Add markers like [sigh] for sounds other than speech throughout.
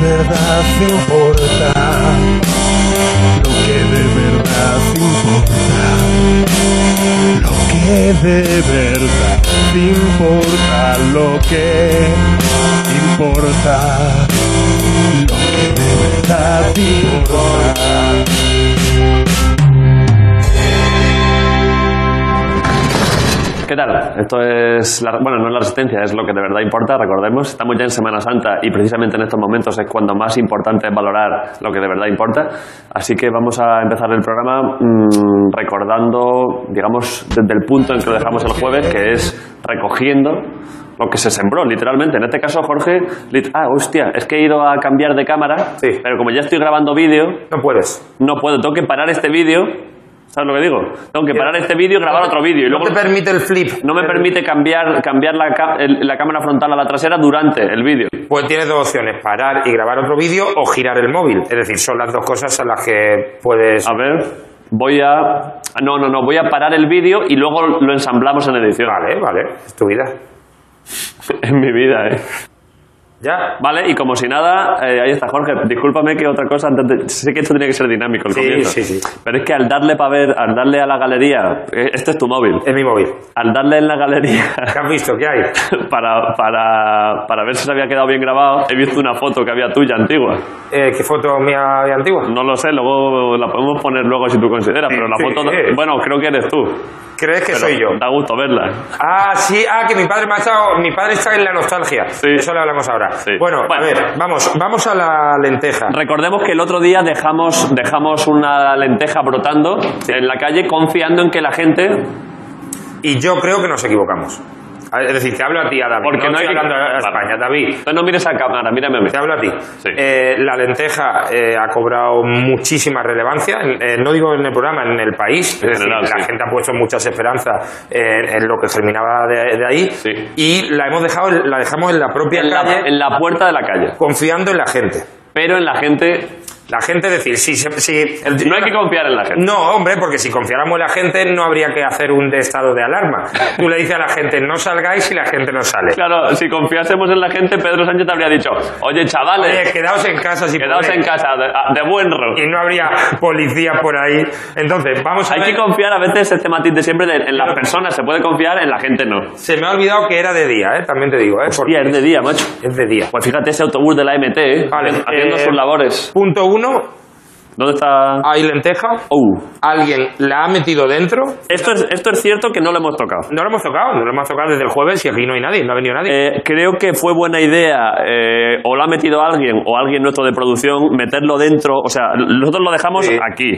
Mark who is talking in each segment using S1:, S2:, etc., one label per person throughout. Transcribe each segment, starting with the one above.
S1: verdad importa, lo que de verdad importa, lo que de verdad importa, lo que importa, lo que de verdad importa.
S2: ¿Qué tal? Esto es, la- bueno, no es la resistencia, es lo que de verdad importa, recordemos. Estamos ya en Semana Santa y precisamente en estos momentos es cuando más importante es valorar lo que de verdad importa. Así que vamos a empezar el programa mm, recordando, digamos, desde el punto en que lo dejamos el jueves, que es recogiendo lo que se sembró, literalmente. En este caso, Jorge, lit- ah, hostia, es que he ido a cambiar de cámara,
S3: Sí.
S2: pero como ya estoy grabando vídeo,
S3: No puedes.
S2: no puedo, tengo que parar este vídeo. ¿Sabes lo que digo? Tengo que parar este vídeo y grabar otro vídeo. Y
S3: No
S2: luego
S3: te permite el flip.
S2: no me permite cambiar, cambiar la, ca- el- la cámara frontal a la trasera durante el vídeo.
S3: Pues tienes dos opciones, parar y grabar otro vídeo o girar el móvil. Es decir, son las dos cosas a las que puedes...
S2: A ver, voy a... No, no, no, voy a parar el vídeo y luego lo ensamblamos en edición.
S3: Vale, vale, es tu vida.
S2: [laughs] En mi vida, eh.
S3: Ya.
S2: Vale, y como si nada, eh, ahí está Jorge. Discúlpame que otra cosa antes de- Sé que esto tenía que ser dinámico el
S3: Sí,
S2: comienzo.
S3: sí, sí.
S2: Pero es que al darle para ver, al darle a la galería... eh, Este es tu móvil.
S3: Es mi móvil.
S2: Al darle en la galería... [laughs]
S3: ¿Qué has visto? ¿Qué hay?
S2: Para, para, para ver si se había quedado bien grabado, he visto una foto que había tuya antigua.
S3: Eh, ¿Qué foto mía de antigua?
S2: No lo sé, luego la podemos poner luego si tú consideras,
S3: Sí,
S2: pero la
S3: sí,
S2: foto...
S3: sí.
S2: Bueno, creo que eres tú.
S3: ¿Crees que
S2: pero
S3: soy yo?
S2: Da gusto verla.
S3: Ah, sí, ah, que mi padre me ha echado- mi padre está en la nostalgia.
S2: Sí.
S3: Eso lo hablamos ahora.
S2: Sí.
S3: Bueno, a
S2: Bueno.
S3: ver, vamos, vamos a la lenteja.
S2: Recordemos que el otro día dejamos, dejamos una lenteja brotando en la calle confiando en que la gente...
S3: Y yo creo que nos equivocamos. A ver, Es decir, te hablo a ti, a David.
S2: Porque
S3: no,
S2: no hay
S3: estoy
S2: que-
S3: hablando a
S2: Vale.
S3: España, David.
S2: No, no mires a cámara, mírame a mí.
S3: Te hablo a ti.
S2: Sí.
S3: Eh, la lenteja eh, ha cobrado muchísima relevancia, en- eh, no digo en el programa, en el país.
S2: En
S3: Es decir,
S2: general,
S3: la
S2: sí.
S3: gente ha puesto muchas esperanzas en, en lo que germinaba de, de ahí
S2: Sí.
S3: y la hemos dejado, en- la dejamos en la propia
S2: En la,
S3: calle,
S2: en la puerta de la calle.
S3: confiando en la gente.
S2: Pero en la gente...
S3: La gente decir, sí, sí, sí, el-
S2: No hay que confiar en la gente.
S3: No, hombre, porque si confiáramos en la gente no habría que hacer un de estado de alarma. Tú le dices a la gente no salgáis y la gente no sale.
S2: Claro, si confiásemos en la gente, Pedro Sánchez te habría dicho, oye, chavales,
S3: Oye, quedaos en casa si
S2: quedaos en
S3: podéis".
S2: casa, de, a- de buen rollo.
S3: y no habría policía por ahí. Entonces, vamos a
S2: Hay
S3: ver.
S2: que confiar a veces este matiz de siempre de- en las personas, se puede confiar, en la gente no.
S3: Se me ha olvidado que era de día, ¿eh? también te digo, ¿eh?
S2: Día es de día, macho.
S3: Porque es de día.
S2: Pues fíjate ese autobús de la MT, ¿eh?
S3: Vale,
S2: haciendo
S3: eh, ah.
S2: sus labores.
S3: Punto uno,
S2: ¿Dónde está?
S3: hay lenteja.
S2: Oh.
S3: Alguien la ha metido dentro.
S2: Esto es, esto es cierto que no lo hemos tocado.
S3: No lo hemos tocado, no lo hemos tocado desde el jueves y aquí no hay nadie, no ha venido nadie.
S2: Eh, creo que fue buena idea, eh, o lo ha metido alguien, o alguien nuestro de producción, meterlo dentro. O sea, nosotros lo dejamos
S3: Sí.
S2: aquí.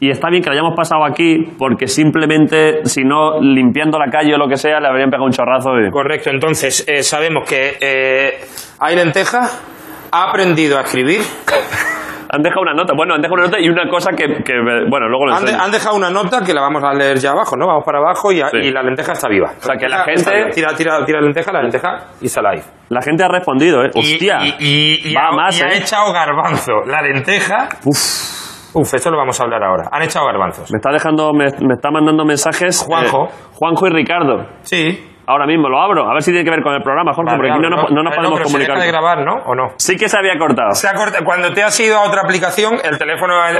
S2: Y está bien que lo hayamos pasado aquí, porque simplemente, si no, limpiando la calle o lo que sea, le habrían pegado un chorrazo. y-
S3: Correcto, entonces eh, sabemos que eh, hay lenteja, ha aprendido a escribir,
S2: Han dejado una nota. Bueno, han dejado una nota y una cosa que. que, bueno, luego lo
S3: han, de-
S2: enseño.
S3: han dejado una nota que la vamos a leer ya abajo, ¿no? Vamos para abajo y, a-
S2: Sí.
S3: y la lenteja está viva. O
S2: sea, que la gente-
S3: Tira, tira, tira lenteja, la lenteja y está live.
S2: La gente ha respondido, ¿eh? Hostia.
S3: Y, y- y
S2: Va
S3: ha,
S2: más,
S3: y ha
S2: ¿eh?
S3: echado garbanzo. La lenteja. Uf, esto lo vamos a hablar ahora. Han echado garbanzos.
S2: Me está dejando, me, me está mandando mensajes. eh,
S3: Juanjo.
S2: Juanjo y Ricardo.
S3: Sí.
S2: Ahora mismo lo abro. A ver si tiene que ver con el programa, Jorge, porque aquí no, nos- no nos podemos comunicar.
S3: Se deja de grabar, ¿no? ¿O no?
S2: Sí que se había cortado.
S3: Se ha cortado- Cuando te has ido a otra aplicación, el teléfono. ha-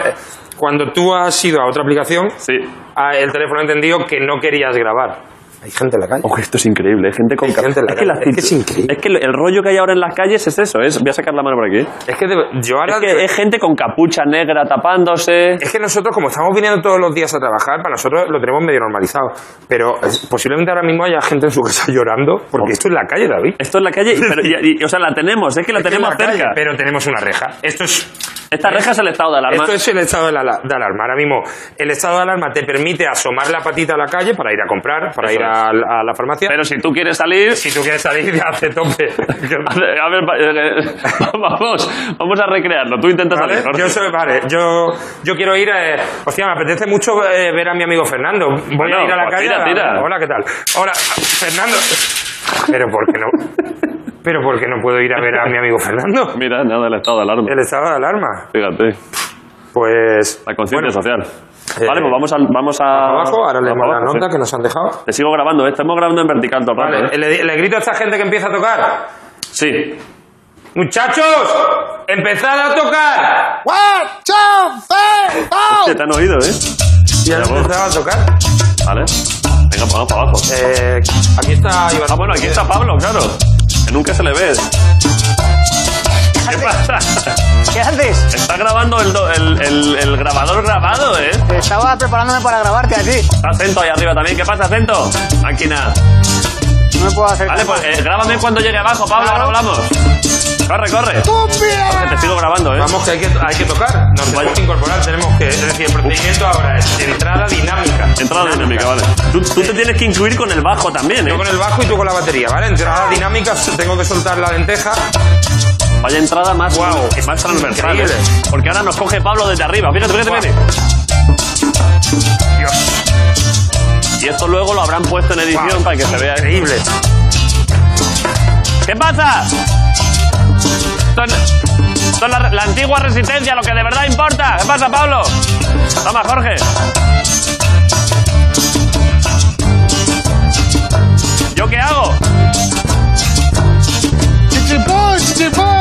S3: Cuando tú has ido a otra aplicación,
S2: Sí.
S3: ah, el teléfono ha entendido que no querías grabar. Hay gente en la calle.
S2: Ojo, esto es increíble, ¿eh? gente con
S3: Hay
S2: cap-
S3: gente en la
S2: es, que
S3: calle,
S2: la-
S3: es que es increíble.
S2: es que el rollo que hay ahora en las calles es eso, es, voy a sacar la mano por aquí.
S3: Es que de- yo ahora.
S2: Es que es gente con capucha negra tapándose.
S3: Es que nosotros, como estamos viniendo todos los días a trabajar, para nosotros lo tenemos medio normalizado. Pero eh, posiblemente ahora mismo haya gente en su casa [laughs] llorando, porque esto es la calle, David.
S2: Esto es la calle, pero- y- y- o sea, la tenemos, es que la
S3: Es que
S2: tenemos
S3: es la calle,
S2: cerca.
S3: pero tenemos una reja. Esto es,
S2: Esta reja es el estado de alarma.
S3: esto es el estado de, ala- de alarma. Ahora mismo, el estado de alarma te permite asomar la patita a la calle para ir a comprar, para
S2: Eso
S3: ir
S2: es.
S3: a, la- a la farmacia.
S2: Pero si tú quieres salir,
S3: si tú quieres salir, hace tope. [laughs]
S2: A ver, [laughs] a ver, pa- eh, [laughs] vamos, vamos a recrearlo. Tú intentas
S3: ¿Vale?
S2: salir, Jorge.
S3: Yo, soy- vale, yo, yo quiero ir. eh, hostia, me apetece mucho eh, ver a mi amigo Fernando. Voy
S2: Bueno,
S3: a ir a la
S2: pues
S3: calle.
S2: tira,
S3: a-
S2: tira.
S3: Hola, ¿qué tal? Hola, Fernando. Pero ¿por qué no? Pero ¿por qué no puedo ir a ver a mi amigo Fernando?
S2: [laughs] Mira, nada, el estado de alarma.
S3: El estado de alarma.
S2: Fíjate,
S3: Pues.
S2: la conciencia social.
S3: eh,
S2: vale, pues vamos a. Vamos a
S3: abajo, ahora leemos la
S2: abajo,
S3: nota
S2: sí.
S3: que nos han dejado.
S2: Te sigo grabando, ¿eh? estamos grabando en vertical todo el rato.
S3: Vale,
S2: ¿eh?
S3: le, le grito a esta gente que empieza a tocar.
S2: Sí.
S3: Muchachos, empezad a tocar.
S4: One, two, three,
S2: Hostia,
S4: four.
S2: te han oído, ¿eh?
S3: Ya
S2: Mira vos.
S3: empezaba a tocar.
S2: Vale. Venga, pues vamos para abajo.
S3: Eh, aquí está Iván.
S2: Ah, bueno, aquí está Pablo, claro. Que nunca se le ve. ¿Qué pasa?
S4: ¿Qué
S2: [laughs]
S4: haces?
S2: Está grabando el, do- el, el- el grabador grabado, ¿eh?
S5: Pues
S4: Estaba preparándome para grabarte a ti.
S2: Está acento ahí arriba también. ¿Qué pasa, acento? Máquina.
S4: No me puedo hacer.
S2: Vale, pues eh, grábame cuando llegue abajo, Pablo. Ahora hablamos. Corre, corre. Que te sigo grabando, ¿eh?
S3: Vamos, que hay que, hay que tocar. Nos tenemos que incorporar. Tenemos que. Es decir, el procedimiento ahora es entrada dinámica.
S2: Entrada dinámica, vale. Tú, tú te tienes que incluir con el bajo también, ¿eh?
S3: Yo con el bajo y tú con la batería, ¿vale? Entrada dinámica, tengo que soltar la lenteja.
S2: Vaya entrada más,
S3: Guau.
S2: más transversal.
S3: Increíble.
S2: ¿eh? Porque ahora nos coge Pablo desde arriba. Fíjate, fíjate,
S3: Guau.
S2: fíjate. Y esto luego lo habrán puesto en edición
S3: Guau.
S2: para que se vea. ¿eh?
S3: Increíble.
S2: ¿Qué pasa? Son, son la, la antigua resistencia, lo que de verdad importa. ¿Qué pasa, Pablo? Toma, Jorge. ¿Yo qué hago?
S4: Chichipón, chichipón.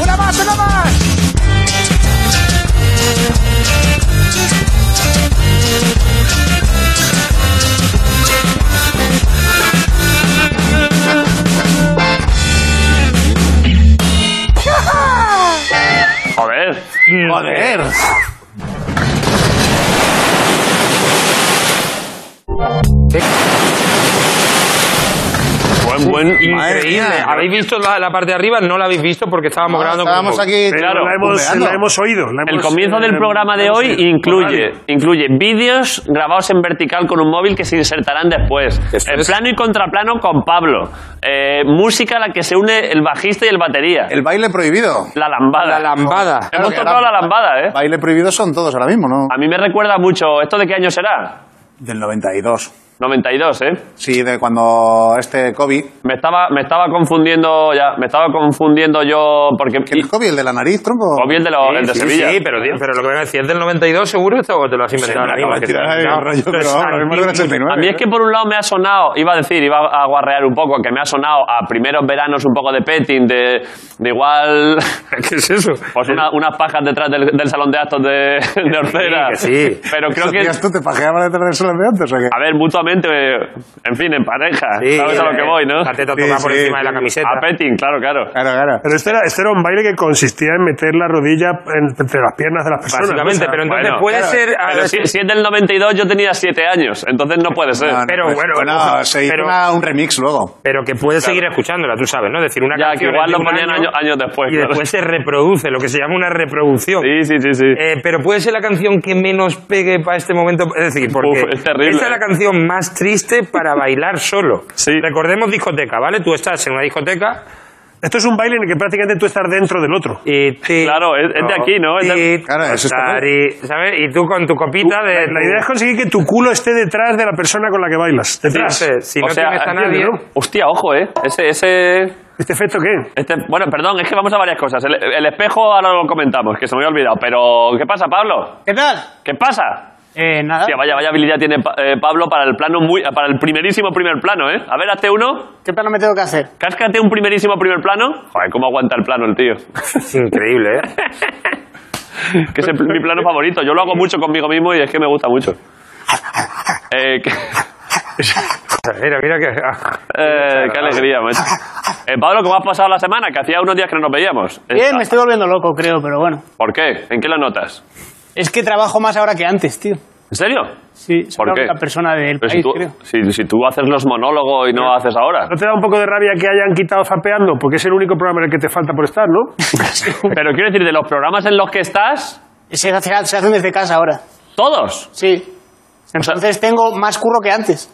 S4: Una más, una más.
S2: Joder.
S1: Joder.
S2: Buen, buen.
S3: Increíble.
S4: mía.
S3: ¿Habéis visto la, la parte de arriba? No la habéis visto porque estábamos grabando. con-
S4: Estábamos aquí.
S2: Claro.
S1: La hemos,
S4: Bombeando.
S1: la hemos oído. la
S2: El
S1: hemos-
S2: comienzo del
S1: eh,
S2: programa de
S1: hemos
S2: hoy
S1: oído.
S2: incluye, incluye vídeos grabados en vertical con un móvil que se insertarán después.
S3: Eso
S2: El
S3: es.
S2: plano y contraplano con Pablo. Eh, música a la que se une el bajista y el batería.
S4: El baile prohibido.
S2: La lambada.
S3: La lambada.
S4: Claro
S2: Hemos
S4: que
S2: tocado
S4: la-
S2: la lambada, ¿eh?
S4: Baile prohibido son todos ahora mismo, ¿no?
S2: A mí me recuerda mucho. ¿Esto de qué año será?
S4: Del 92.
S2: 92, ¿eh?
S4: Sí, de cuando este Kobe.
S2: Me estaba, me estaba confundiendo ya. Me estaba confundiendo yo porque.
S4: ¿Quién es Kobe? ¿El de la nariz, tronco?
S2: Obvio el de, los- el de
S3: sí,
S2: Sevilla.
S3: Sí, pero, pero lo que voy a decir, ¿es del 92 seguro esto o te lo has inventado?
S4: no,
S3: ahora mismo?
S4: no,
S3: Que
S4: tira,
S3: te-
S4: eh,
S3: no,
S4: rollo,
S3: esto
S4: pero
S3: es
S4: vamos, es más del 89.
S2: Pues A mí es que por un lado me ha sonado, iba a decir, iba a guarrear un poco, que me ha sonado a primeros veranos un poco de petting, de, de igual,
S3: [laughs]
S2: [laughs]
S3: ¿Qué es eso?
S2: pues una- unas pajas detrás del, del salón de actos de, de Orcera.
S3: que sí.
S2: Pero creo
S4: Esos
S2: que,
S4: días tú te pajeabas detrás del sol de antes, o sea que...
S2: a ver, mutuamente, eh, en fin, en pareja,
S3: Sí,
S2: sabes a lo
S3: eh,
S2: que voy, ¿no?
S3: La teta
S4: Sí,
S3: tocada por
S4: sí.
S3: encima de la camiseta.
S2: A petting, claro, claro.
S4: Claro, claro.
S1: Pero este era, este era un baile que consistía en meter la rodilla en- entre las piernas de las personas. ¿no? O
S3: Básicamente,
S1: sea,
S3: pero entonces
S2: bueno,
S3: puede
S4: claro,
S3: ser... a
S2: Pero
S3: ver,
S2: si, si es del 92 yo tenía 7 años, entonces no puede ser.
S4: No, no,
S3: pero bueno,
S4: bueno, se hizo
S3: pero-
S4: una- un remix luego.
S3: Pero que puedes seguir escuchándola, tú sabes, ¿no? Es decir, una
S2: Ya, que
S3: canción
S2: igual
S3: es de
S2: lo
S3: un
S2: ponían año- años después,
S3: Y
S2: claro.
S3: después se reproduce, lo que se llama una reproducción.
S2: Sí, sí, sí, sí.
S3: Eh, pero puede ser la canción que menos pegue para este momento. Es decir, porque
S2: Uf, es terrible. eh.
S3: esta es la canción más triste
S2: [laughs]
S3: para bailar solo.
S2: Sí.
S3: Recordemos discoteca, ¿vale? Tú estás en una discoteca
S1: Esto es un baile en el que prácticamente tú estás dentro del otro.
S3: y te-
S2: Claro, es- es de aquí, ¿no? Es de-
S3: Y-
S4: Claro, eso está
S3: estar y, ¿sabes? y tú con tu copita de...
S1: La idea es conseguir que tu culo esté detrás de la persona con la que bailas. Detrás.
S3: Sí, sí,
S2: [laughs]
S3: sí. Si
S2: o
S3: no
S2: sea,
S3: tienes a nadie-
S2: entiendo, ¿no? Hostia, ojo, ¿eh? Ese, ese...
S1: ¿Este efecto qué?
S2: Este, bueno, perdón, es que vamos a varias cosas. El, el espejo ahora lo comentamos, que se me había olvidado. Pero, ¿qué pasa, Pablo?
S4: ¿Qué tal?
S2: ¿Qué pasa?
S4: Eh, nada.
S2: Hostia, vaya, vaya habilidad tiene Pa- eh, Pablo para el plano muy, para el primerísimo primer plano, ¿eh? A ver, hazte uno,
S4: ¿Qué plano me tengo que hacer?
S2: cáscate un primerísimo primer plano. Joder, cómo aguanta el plano el tío. [laughs]
S3: Es increíble, ¿eh?
S1: [laughs]
S2: Que es el- mi plano favorito. Yo lo hago mucho conmigo mismo y es que me gusta mucho. Eh, [laughs] que-
S3: Mira, mira que...
S2: eh, qué alegría, macho. Eh, Pablo, ¿cómo has pasado la semana? Que hacía unos días que no nos veíamos.
S5: Bien, me estoy volviendo loco, creo, pero bueno.
S2: ¿Por qué? ¿En qué lo notas?
S5: Es que trabajo más ahora que antes, tío.
S2: ¿En serio?
S5: Sí, soy
S2: ¿Por
S5: la
S2: qué?
S5: única persona del
S2: Pero
S5: país,
S2: si, tú,
S5: creo.
S2: si- si tú haces los monólogos y no haces
S5: [laughs]
S2: ahora.
S1: ¿No te da un poco de rabia que hayan quitado zapeando? Porque es el único programa en el que te falta por estar, ¿no?
S2: Pero quiero decir, de los programas en los que estás,
S5: Se, hace- se hacen desde casa ahora,
S2: todos.
S5: sí.
S2: O sea,
S5: Entonces tengo más curro que antes.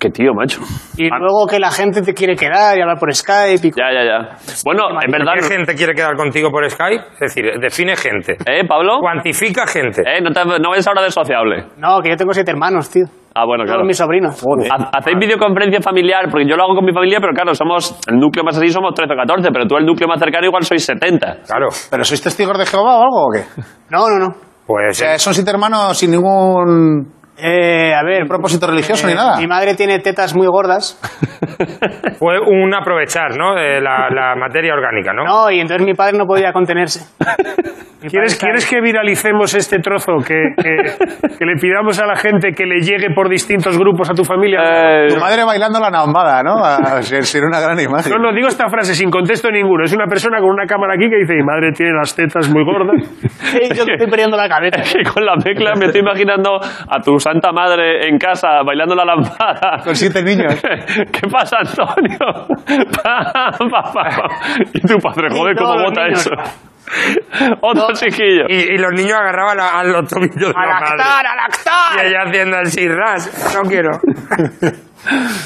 S2: Qué tío, macho.
S5: Y
S2: Ah,
S5: luego que la gente te quiere quedar y hablar por Skype y... co-
S2: Ya, ya, ya. Bueno, en verdad...
S3: ¿Qué gente quiere quedar contigo por Skype? Es decir, define gente.
S2: ¿Eh, Pablo?
S3: Cuantifica gente.
S2: ¿Eh? No, te, no vayas ahora de sociable.
S5: No, que yo tengo siete hermanos, tío.
S2: Ah, bueno,
S5: Todos
S2: claro.
S5: mis sobrinos.
S2: Ha- Hacéis videoconferencia familiar, porque yo lo hago con mi familia, pero claro, somos el núcleo más así somos 13 o 14, pero tú el núcleo más cercano igual sois 70.
S5: [laughs]
S3: Claro.
S4: ¿Pero sois testigos de Jehová o algo o qué? O
S5: No, no, no.
S3: Pues
S4: sea, son siete hermanos sin ningún
S5: Eh, a ver,
S4: propósito religioso ni
S5: eh,
S4: nada.
S5: Mi madre tiene tetas muy gordas.
S3: fue un aprovechar, ¿no? De la, la materia orgánica, ¿no?
S5: No, y entonces mi padre no podía [laughs] contenerse. Mi padre
S6: ¿Quieres,
S5: está-
S6: ¿Quieres que viralicemos este trozo? Que, que-
S3: [laughs]
S6: que le pidamos a la gente que le llegue por distintos grupos a tu familia.
S2: Eh,
S4: Tu madre bailando la naombada, ¿no? A- Sería sería una gran imagen.
S6: No, no, digo esta frase sin contexto ninguno. Es una persona con una cámara aquí que dice, mi madre tiene las tetas muy gordas.
S5: Sí, Yo estoy perdiendo la cabeza.
S2: que con la mezcla me estoy imaginando a tu santa madre en casa bailando la lampada.
S4: Con siete niños.
S2: [laughs] ¿Qué pasa, Antonio? [laughs] Pa, pa, pa. Y tu padre, joder,
S5: Y todos
S2: cómo
S5: los
S2: bota
S5: niños.
S2: eso. [laughs] Otro chiquillo.
S3: Y, y los niños agarraban la- a los tobillos de
S5: ¡A
S3: la madre.
S5: lactar, a lactar!
S3: Y ella haciendo el ras. No quiero.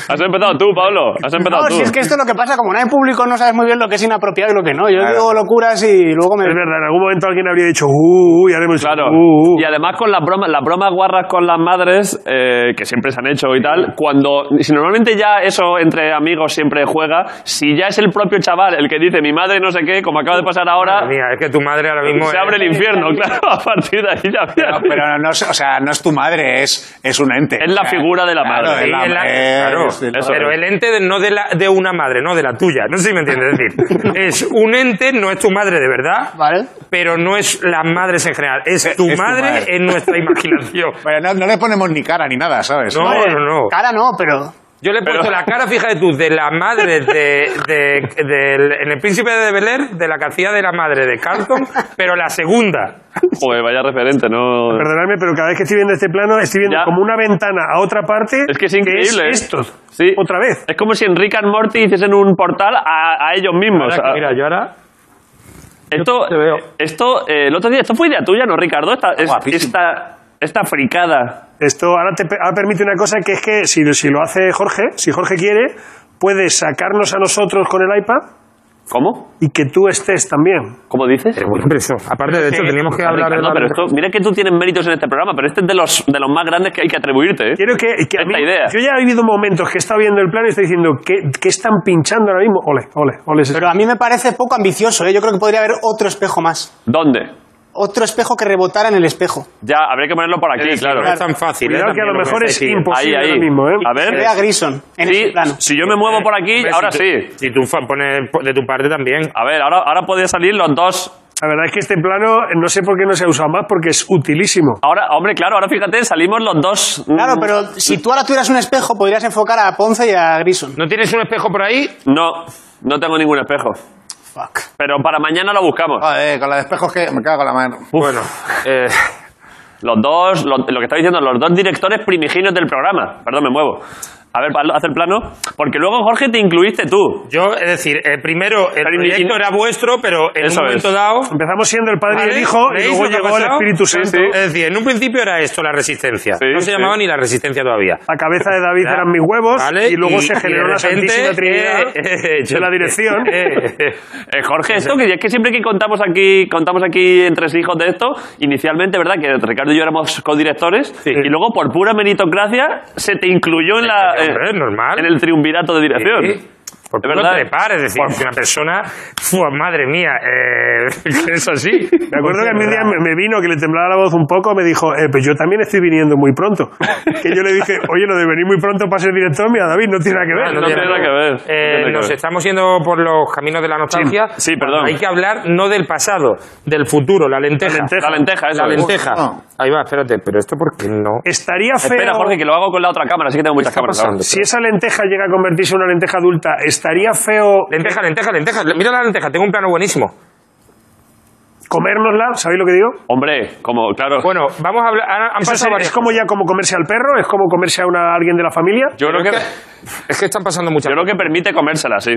S2: Has empezado tú, Pablo. Has empezado
S5: No,
S2: tú.
S5: si es que esto es lo que pasa, como no hay público, no sabes muy bien lo que es inapropiado y lo que no. Yo digo locuras y luego me.
S6: Es verdad, en algún momento alguien habría dicho, uh, uh, y haremos
S2: Claro.
S6: uh, uh.
S2: Y además con las bromas, las bromas guarras con las madres, eh, que siempre se han hecho y tal, cuando, si normalmente ya eso entre amigos siempre juega, si ya es el propio chaval el que dice mi madre no sé qué, como acaba de pasar ahora,
S3: Mira, es que tu madre ahora mismo.
S2: se
S3: es-
S2: abre el
S6: [laughs]
S2: infierno, claro, a partir de ahí ya
S4: No, Ah, pero no, es- o sea, no es tu madre, es, es un ente.
S2: Es la
S4: O sea,
S2: figura de la
S4: claro,
S2: madre.
S4: es
S3: Sí,
S4: la-
S3: el-
S4: eh,
S3: claro,
S4: es el-
S2: eso
S3: pero
S2: es.
S3: el ente de- no de, la, de una madre, no de la tuya. No sé si me entiendes. Es decir, es un ente, no es tu madre de verdad,
S5: ¿Vale?
S3: pero no es las madres en general.
S2: Eh,
S3: Es tu
S4: es tu
S3: madre
S4: madre.
S3: en nuestra imaginación.
S4: Pero no, no le ponemos ni cara ni nada, ¿sabes?
S3: No,
S5: Vale,
S3: no, no.
S5: Cara no, pero.
S3: Yo le he puesto la cara, fíjate tú, de la madre de, de- del- en el príncipe de Bel Air, de la que hacía de la madre de Carlton, pero la segunda.
S2: [laughs] Joder, vaya referente, ¿no?
S6: Perdonadme, pero cada vez que estoy viendo este plano, estoy viendo
S2: Ya.
S6: como una ventana a otra parte.
S2: Es que es increíble.
S6: Que
S2: ¿eh?
S6: es esto.
S2: Sí.
S6: Otra vez.
S2: Es como si en Rick and Morty hiciesen un portal a, a ellos mismos.
S3: Ahora que
S2: A-
S3: mira, yo ahora.
S2: esto,
S3: te veo.
S2: esto eh, el otro día, esto fue idea tuya, ¿no, Ricardo? Esta, es-
S4: Guapísimo.
S2: esta, esta fricada.
S6: Esto ahora, te, ahora permite una cosa que es que si, si lo hace Jorge, si Jorge quiere, puede sacarnos a nosotros con el iPad
S2: ¿Cómo?
S6: y que tú estés también.
S2: ¿Cómo dices?
S3: Pero bueno, pero eso, Aparte de hecho, teníamos que
S2: Ah,
S3: hablar
S2: Ricardo,
S3: de
S2: pero esto, mira que tú tienes méritos en este programa, pero este es de los, de los más grandes que hay que atribuirte. ¿eh?
S6: Quiero que, que a
S2: Esta
S6: mí-
S2: idea.
S6: yo ya he vivido momentos que he estado viendo el plano y estoy diciendo que, que están pinchando ahora mismo. Ole, ole, ole. ese-
S5: Pero a mí me parece poco ambicioso, ¿eh? Yo creo que podría haber otro espejo más.
S2: ¿Dónde?
S5: Otro espejo que rebotara en el espejo.
S2: Ya, habría que ponerlo por aquí, claro.
S3: No es tan fácil.
S6: Cuidado
S3: eh,
S6: que a lo
S3: también
S6: mejor
S3: estáis
S6: es
S3: diciendo.
S6: imposible
S2: Ahí, ahí.
S6: ahora mismo, ¿eh?
S2: A ver.
S5: Que vea Grison en
S2: Sí,
S5: ese plano.
S2: si yo me muevo por aquí,
S3: Hombre,
S2: ahora
S3: si
S2: sí.
S3: tú- Si tú fa- pones de tu parte también.
S2: A ver, ahora, ahora podría salir los dos
S6: La verdad es que este plano eh, no sé por qué no se ha usado más porque es utilísimo.
S2: Ahora, hombre, claro, ahora fíjate, salimos los dos. mm,
S5: Claro, pero si tú ahora tuvieras un espejo, podrías enfocar a Ponce y a Grison.
S3: ¿No tienes un espejo por ahí?
S2: No, no tengo ningún espejo.
S5: Fuck.
S2: Pero para mañana lo buscamos.
S4: Joder, con la de espejos que me cago en la mano.
S3: Bueno, eh,
S2: Los dos, lo, lo que está diciendo, los dos directores primigenios del programa. Perdón, me muevo. A ver, Pablo, haz el plano. Porque luego, Jorge, te incluiste tú.
S3: yo, es decir, eh, primero el
S2: Pero y-
S3: proyecto
S2: y-
S3: era vuestro, pero en
S2: Eso
S3: un momento
S2: es.
S3: dado.
S6: Empezamos siendo el padre y
S3: ¿vale?
S6: el hijo y
S3: ¿Veis
S6: luego
S3: lo que ha
S6: llegó el
S3: pasado?
S6: Espíritu
S2: Sí,
S6: Santo.
S2: sí.
S3: Es decir, en un principio era esto, la resistencia.
S2: Sí,
S3: no
S2: sí.
S3: se llamaba ni la resistencia todavía.
S6: La cabeza de David eran mis huevos
S3: ¿Vale?
S6: y luego se
S3: de
S6: generó la
S3: repente,
S6: Santísima Trinidad
S3: eh, eh,
S6: de la dirección.
S3: eh, eh,
S2: Eh, Jorge, esto que es que siempre que contamos aquí, contamos aquí entre hijos de esto, inicialmente, ¿verdad? Que Ricardo y yo éramos codirectores. Y luego, por pura meritocracia, se te incluyó en la.
S3: Eh, hombre,
S2: eh,
S3: normal.
S2: En el triunvirato de dirección.
S3: Sí. Por
S2: Es
S3: poco
S2: verdad.
S3: trepar, es decir, que una persona, Fua, madre mía, eh, [laughs] es así.
S6: Me acuerdo que a mí un día me me vino que le temblaba la voz un poco, me dijo, eh, pues yo también estoy viniendo muy
S2: [laughs]
S6: pronto. Que yo le dije, oye, lo de venir muy pronto para ser director, mira, David, no tiene nada que ver.
S2: Ah, no tiene nada que ver.
S3: Eh,
S2: No tiene que
S3: nos
S2: ver.
S3: estamos yendo por los caminos de la nostalgia.
S2: Sí, sí, perdón.
S3: Hay que hablar no del pasado, del futuro, la lenteja. La
S2: lenteja. La lenteja, eso
S3: La
S2: es.
S3: lenteja.
S6: Ah.
S4: No.
S3: Ahí va, espérate, pero esto por qué no.
S6: Estaría feo...
S2: Espera, Jorge, que lo hago con la otra cámara, así que tengo muchas
S3: está
S2: cámaras.
S3: pasando?
S2: ahora.
S6: Si esa lenteja llega a convertirse en una lenteja adulta, estaría feo
S3: Lenteja, lenteja, lenteja. Mira la lenteja, tengo un plano buenísimo.
S6: comérnosla, ¿sabéis lo que digo?
S2: Hombre, como, claro.
S3: Bueno, vamos a hablar. han- han
S6: Eso
S3: pasado
S6: es,
S3: varias
S6: es como ya como comerse al perro, es como comerse a, una- a alguien de la familia.
S2: yo creo que,
S3: Es que están pasando
S2: yo
S3: muchas
S2: creo que permite comérsela, sí.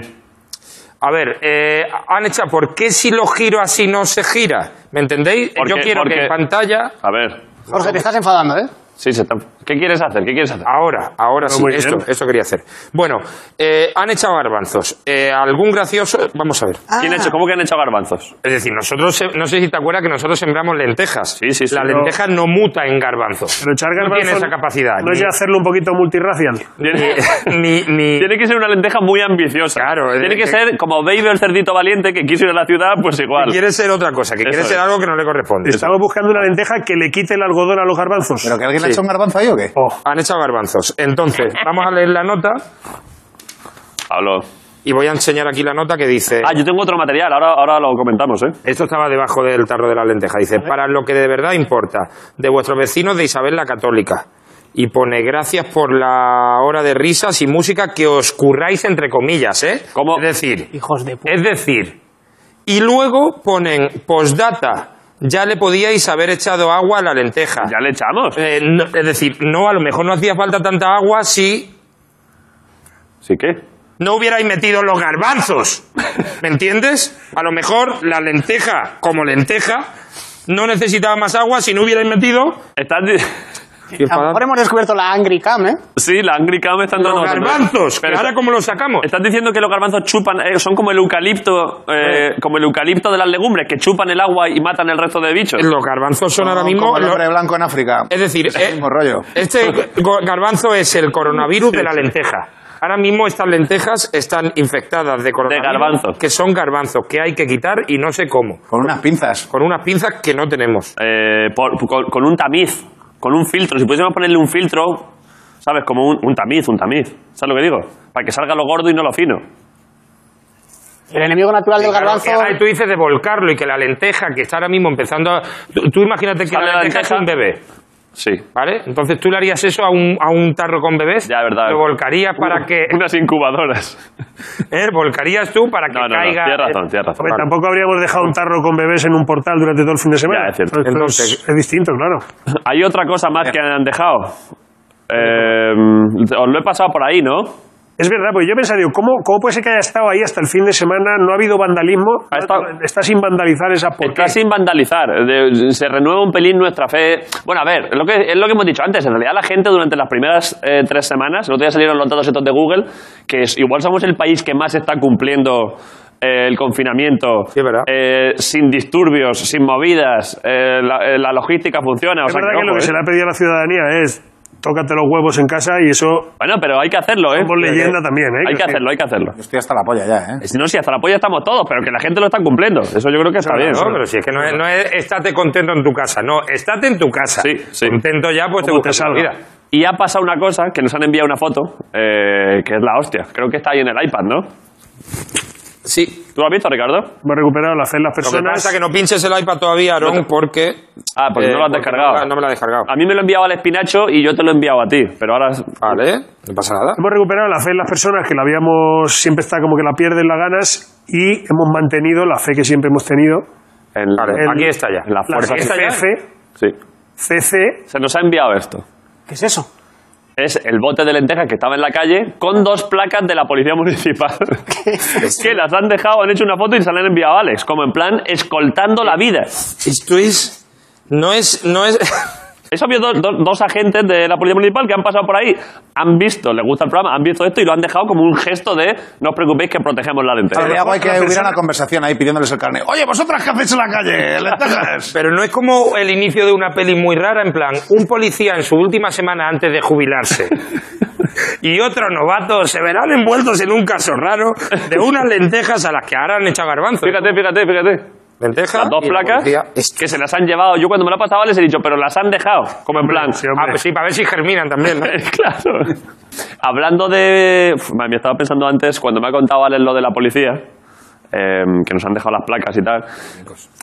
S3: A ver, eh, han hecho, ¿por qué si lo giro así no se gira? ¿Me entendéis?
S2: Porque-
S3: Yo quiero
S2: porque-
S3: que en pantalla.
S2: A ver.
S5: Jorge, te estás enfadando, ¿eh?
S2: Sí, se está- ¿Qué quieres hacer? ¿Qué quieres hacer?
S3: Ahora, ahora sí,
S6: Ah, muy bien.
S3: esto, esto quería hacer. Bueno, eh, han echado garbanzos. Eh, ¿Algún gracioso? Vamos a ver.
S2: ¿Quién ha hecho, ¿Cómo que han hecho garbanzos?
S3: Es decir, nosotros, eh, no sé si te acuerdas que nosotros sembramos lentejas.
S2: Sí, sí, sí,
S3: La
S2: no.
S3: lenteja no muta en garbanzo.
S6: Pero echar
S3: No tiene
S6: garbanzo
S3: esa capacidad.
S6: No es ya hacerlo un poquito multirracial.
S2: Tiene,
S3: [laughs] ni, ni,
S2: [laughs]
S3: ni-
S6: [laughs]
S2: tiene que ser una lenteja muy ambiciosa.
S3: Eh, Claro, eh,
S2: Tiene que
S3: que-
S2: ser como Baby el cerdito valiente que quiso ir a la ciudad, pues igual.
S3: quiere ser otra cosa, que
S2: Eso
S3: quiere ser
S2: es.
S3: algo que no le corresponde.
S6: Estamos buscando una lenteja que le quite el algodón a los garbanzos.
S4: ¿Pero que alguien le ha hecho un garbanzo ahí o qué?
S6: Oh,
S3: Han echado garbanzos.
S6: [laughs]
S3: Entonces, vamos a leer la nota
S2: Pablo.
S3: y voy a enseñar aquí la nota que dice...
S2: Ah, yo tengo otro material, ahora, ahora lo comentamos, ¿eh?
S3: Esto estaba debajo del tarro de la lenteja. Dice, para lo que de verdad importa, de vuestros vecinos de Isabel la Católica. Y pone, gracias por la hora de risas y música que os curráis entre comillas, ¿eh?
S2: ¿Cómo?
S3: Es decir,
S5: Hijos de puta.
S3: es decir. Y luego ponen, postdata, ya le podíais haber echado agua a la lenteja.
S2: Ya le echamos.
S3: Eh, no- es decir, no, a lo mejor no hacía falta tanta agua si
S2: ¿Sí qué?
S3: no hubierais metido los garbanzos. ¿Me entiendes? A lo mejor la lenteja, como lenteja, no necesitaba más agua si no hubierais metido.
S2: Están di-
S5: A lo mejor hemos descubierto la Angry Cam, ¿eh?
S2: Sí, la Angry Cam están dando...
S3: Los
S2: bastante-
S3: garbanzos, que
S2: Pero
S3: ahora
S2: está-
S3: cómo los sacamos.
S2: Estás diciendo que los garbanzos chupan, eh, son como el eucalipto, eh, como el eucalipto de las legumbres, que chupan el agua y matan el resto de bichos.
S3: Los garbanzos son ahora mismo.
S4: Como el
S3: lo-
S4: hombre blanco en África.
S3: es decir,
S4: el
S3: eh,
S4: mismo rollo.
S3: este go- garbanzo es el coronavirus de la lenteja. Ahora mismo estas lentejas están infectadas de coronavirus.
S2: garbanzo.
S3: Que son garbanzos, que hay que quitar y no sé cómo.
S4: Con unas pinzas.
S3: Con unas pinzas que no tenemos.
S2: Eh, por- con, con un tamiz, con un filtro. Si pudiésemos ponerle un filtro, ¿sabes? Como un, un tamiz, un tamiz. ¿Sabes lo que digo? Para que salga lo gordo y no lo fino.
S5: El enemigo natural del
S3: Claro,
S5: garbanzo.
S3: ah, y tú dices de volcarlo y que la lenteja que está ahora mismo empezando a... Tú, tú imagínate que
S2: Sale
S3: la
S2: la
S3: lenteja es
S2: lenteja.
S3: un bebé,
S2: Sí.
S3: ¿vale? Entonces tú le harías eso a un, a un tarro con bebés.
S2: Ya, es verdad. Uh,
S3: Lo volcarías para que...
S2: [laughs] Unas incubadoras.
S3: ¿eh? Volcarías tú para que
S2: No, no, no.
S3: caiga...
S2: Tienes razón, tienes razón.
S6: hombre,
S3: Vale.
S6: Tampoco habríamos dejado un tarro con bebés en un portal durante todo el fin de semana.
S2: Ya, es cierto.
S6: Entonces,
S3: Entonces-
S6: es distinto, claro.
S2: Hay otra cosa más que han
S6: [laughs]
S2: dejado. Eh, os lo he pasado por ahí, ¿no?
S6: Es verdad, porque yo he pensado, digo, ¿cómo, ¿cómo puede ser que haya estado ahí hasta el fin de semana? No ha habido vandalismo.
S2: Ha estado-
S6: Está sin vandalizar esa portada.
S2: Está sin vandalizar. De- se renueva un pelín nuestra fe. Bueno, a ver, lo que, es lo que hemos dicho antes. En realidad, la gente durante las primeras eh, tres semanas, el otro día salieron los datos estos de Google, que es- igual somos el país que más está cumpliendo eh, el confinamiento
S3: Sí, es verdad.
S2: eh, sin disturbios, sin movidas. eh, la, eh, la logística funciona. o
S6: Es
S2: sea,
S6: verdad
S2: que
S6: que, lo
S2: ojo,
S6: que
S2: ¿eh?
S6: se le ha pedido a la ciudadanía es tócate los huevos en casa y eso
S2: Bueno, pero hay que hacerlo, ¿eh?
S6: como leyenda también, ¿eh?
S2: Hay que hacerlo, hay que hacerlo.
S4: Yo estoy hasta la polla ya, ¿eh?
S2: Si no, si hasta la polla estamos todos, pero que la gente lo está cumpliendo. Eso yo creo que está bien.
S3: No, pero si es que no es, no es estate contento en tu casa, no, estate en tu casa.
S2: Sí, sí.
S3: Contento ya, pues te
S2: Como te
S3: buscas la
S2: salga.
S3: vida.
S2: Y ha pasado una cosa, que nos han enviado una foto, eh, que es la hostia. Creo que está ahí en el iPad, ¿no?
S3: Sí.
S2: ¿Tú lo has visto, Ricardo?
S6: Me he recuperado la fe en las
S3: Lo que
S6: personas.
S3: pasa es que no pinches el iPad todavía, Aaron, porque...
S2: Ah, porque
S3: eh,
S2: no lo has descargado. Ah.
S3: No, me lo he descargado.
S2: A mí me lo enviaba al Espinacho y yo te lo he enviado a ti, pero ahora...
S3: Vale, no pasa nada.
S6: Hemos recuperado la fe en las personas que la habíamos siempre está como que la pierden las ganas y hemos mantenido la fe que siempre hemos tenido.
S2: en-
S3: Vale,
S2: en-
S3: aquí está ya.
S2: En la
S6: La
S2: fuerza.
S6: fe CF,
S2: Sí.
S6: CC,
S2: Se nos ha enviado esto.
S5: ¿Qué es eso?
S2: Es el bote de lentejas que estaba en la calle con dos placas de la policía
S3: [laughs]
S2: municipal. que las han dejado, han hecho una foto y se la han enviado a Alex, como en plan escoltando la vida.
S3: Esto es... No es... No es...
S2: Eso había dos, dos- dos agentes de la Policía Municipal que han pasado por ahí, han visto, les gusta el programa, han visto esto y lo han dejado como un gesto de no os preocupéis que protegemos la lenteja.
S4: Sería guay que
S6: otra
S4: hubiera
S6: persona-
S4: una conversación ahí pidiéndoles el carnet. Oye, vosotras, ¿qué hacéis en la calle? Lentejas.
S3: Pero no es como el inicio de una peli muy rara, en plan, un policía en su última semana antes de jubilarse y otro novato se verán envueltos en un caso raro de unas lentejas a las que ahora han echado garbanzo.
S2: Fíjate, fíjate, fíjate.
S3: lentejas.
S2: Las dos
S3: y la
S2: placas
S3: policía.
S2: que se las han llevado. Yo cuando me lo he pasado les he dicho, pero las han dejado, como en plan.
S6: sí,
S3: Ah, pues sí, para ver si germinan también. ¿no?
S2: [laughs] claro. Hablando de. Uf, madre mía, estaba pensando antes, cuando me ha contado Alex lo de la policía, eh, que nos han dejado las placas y tal,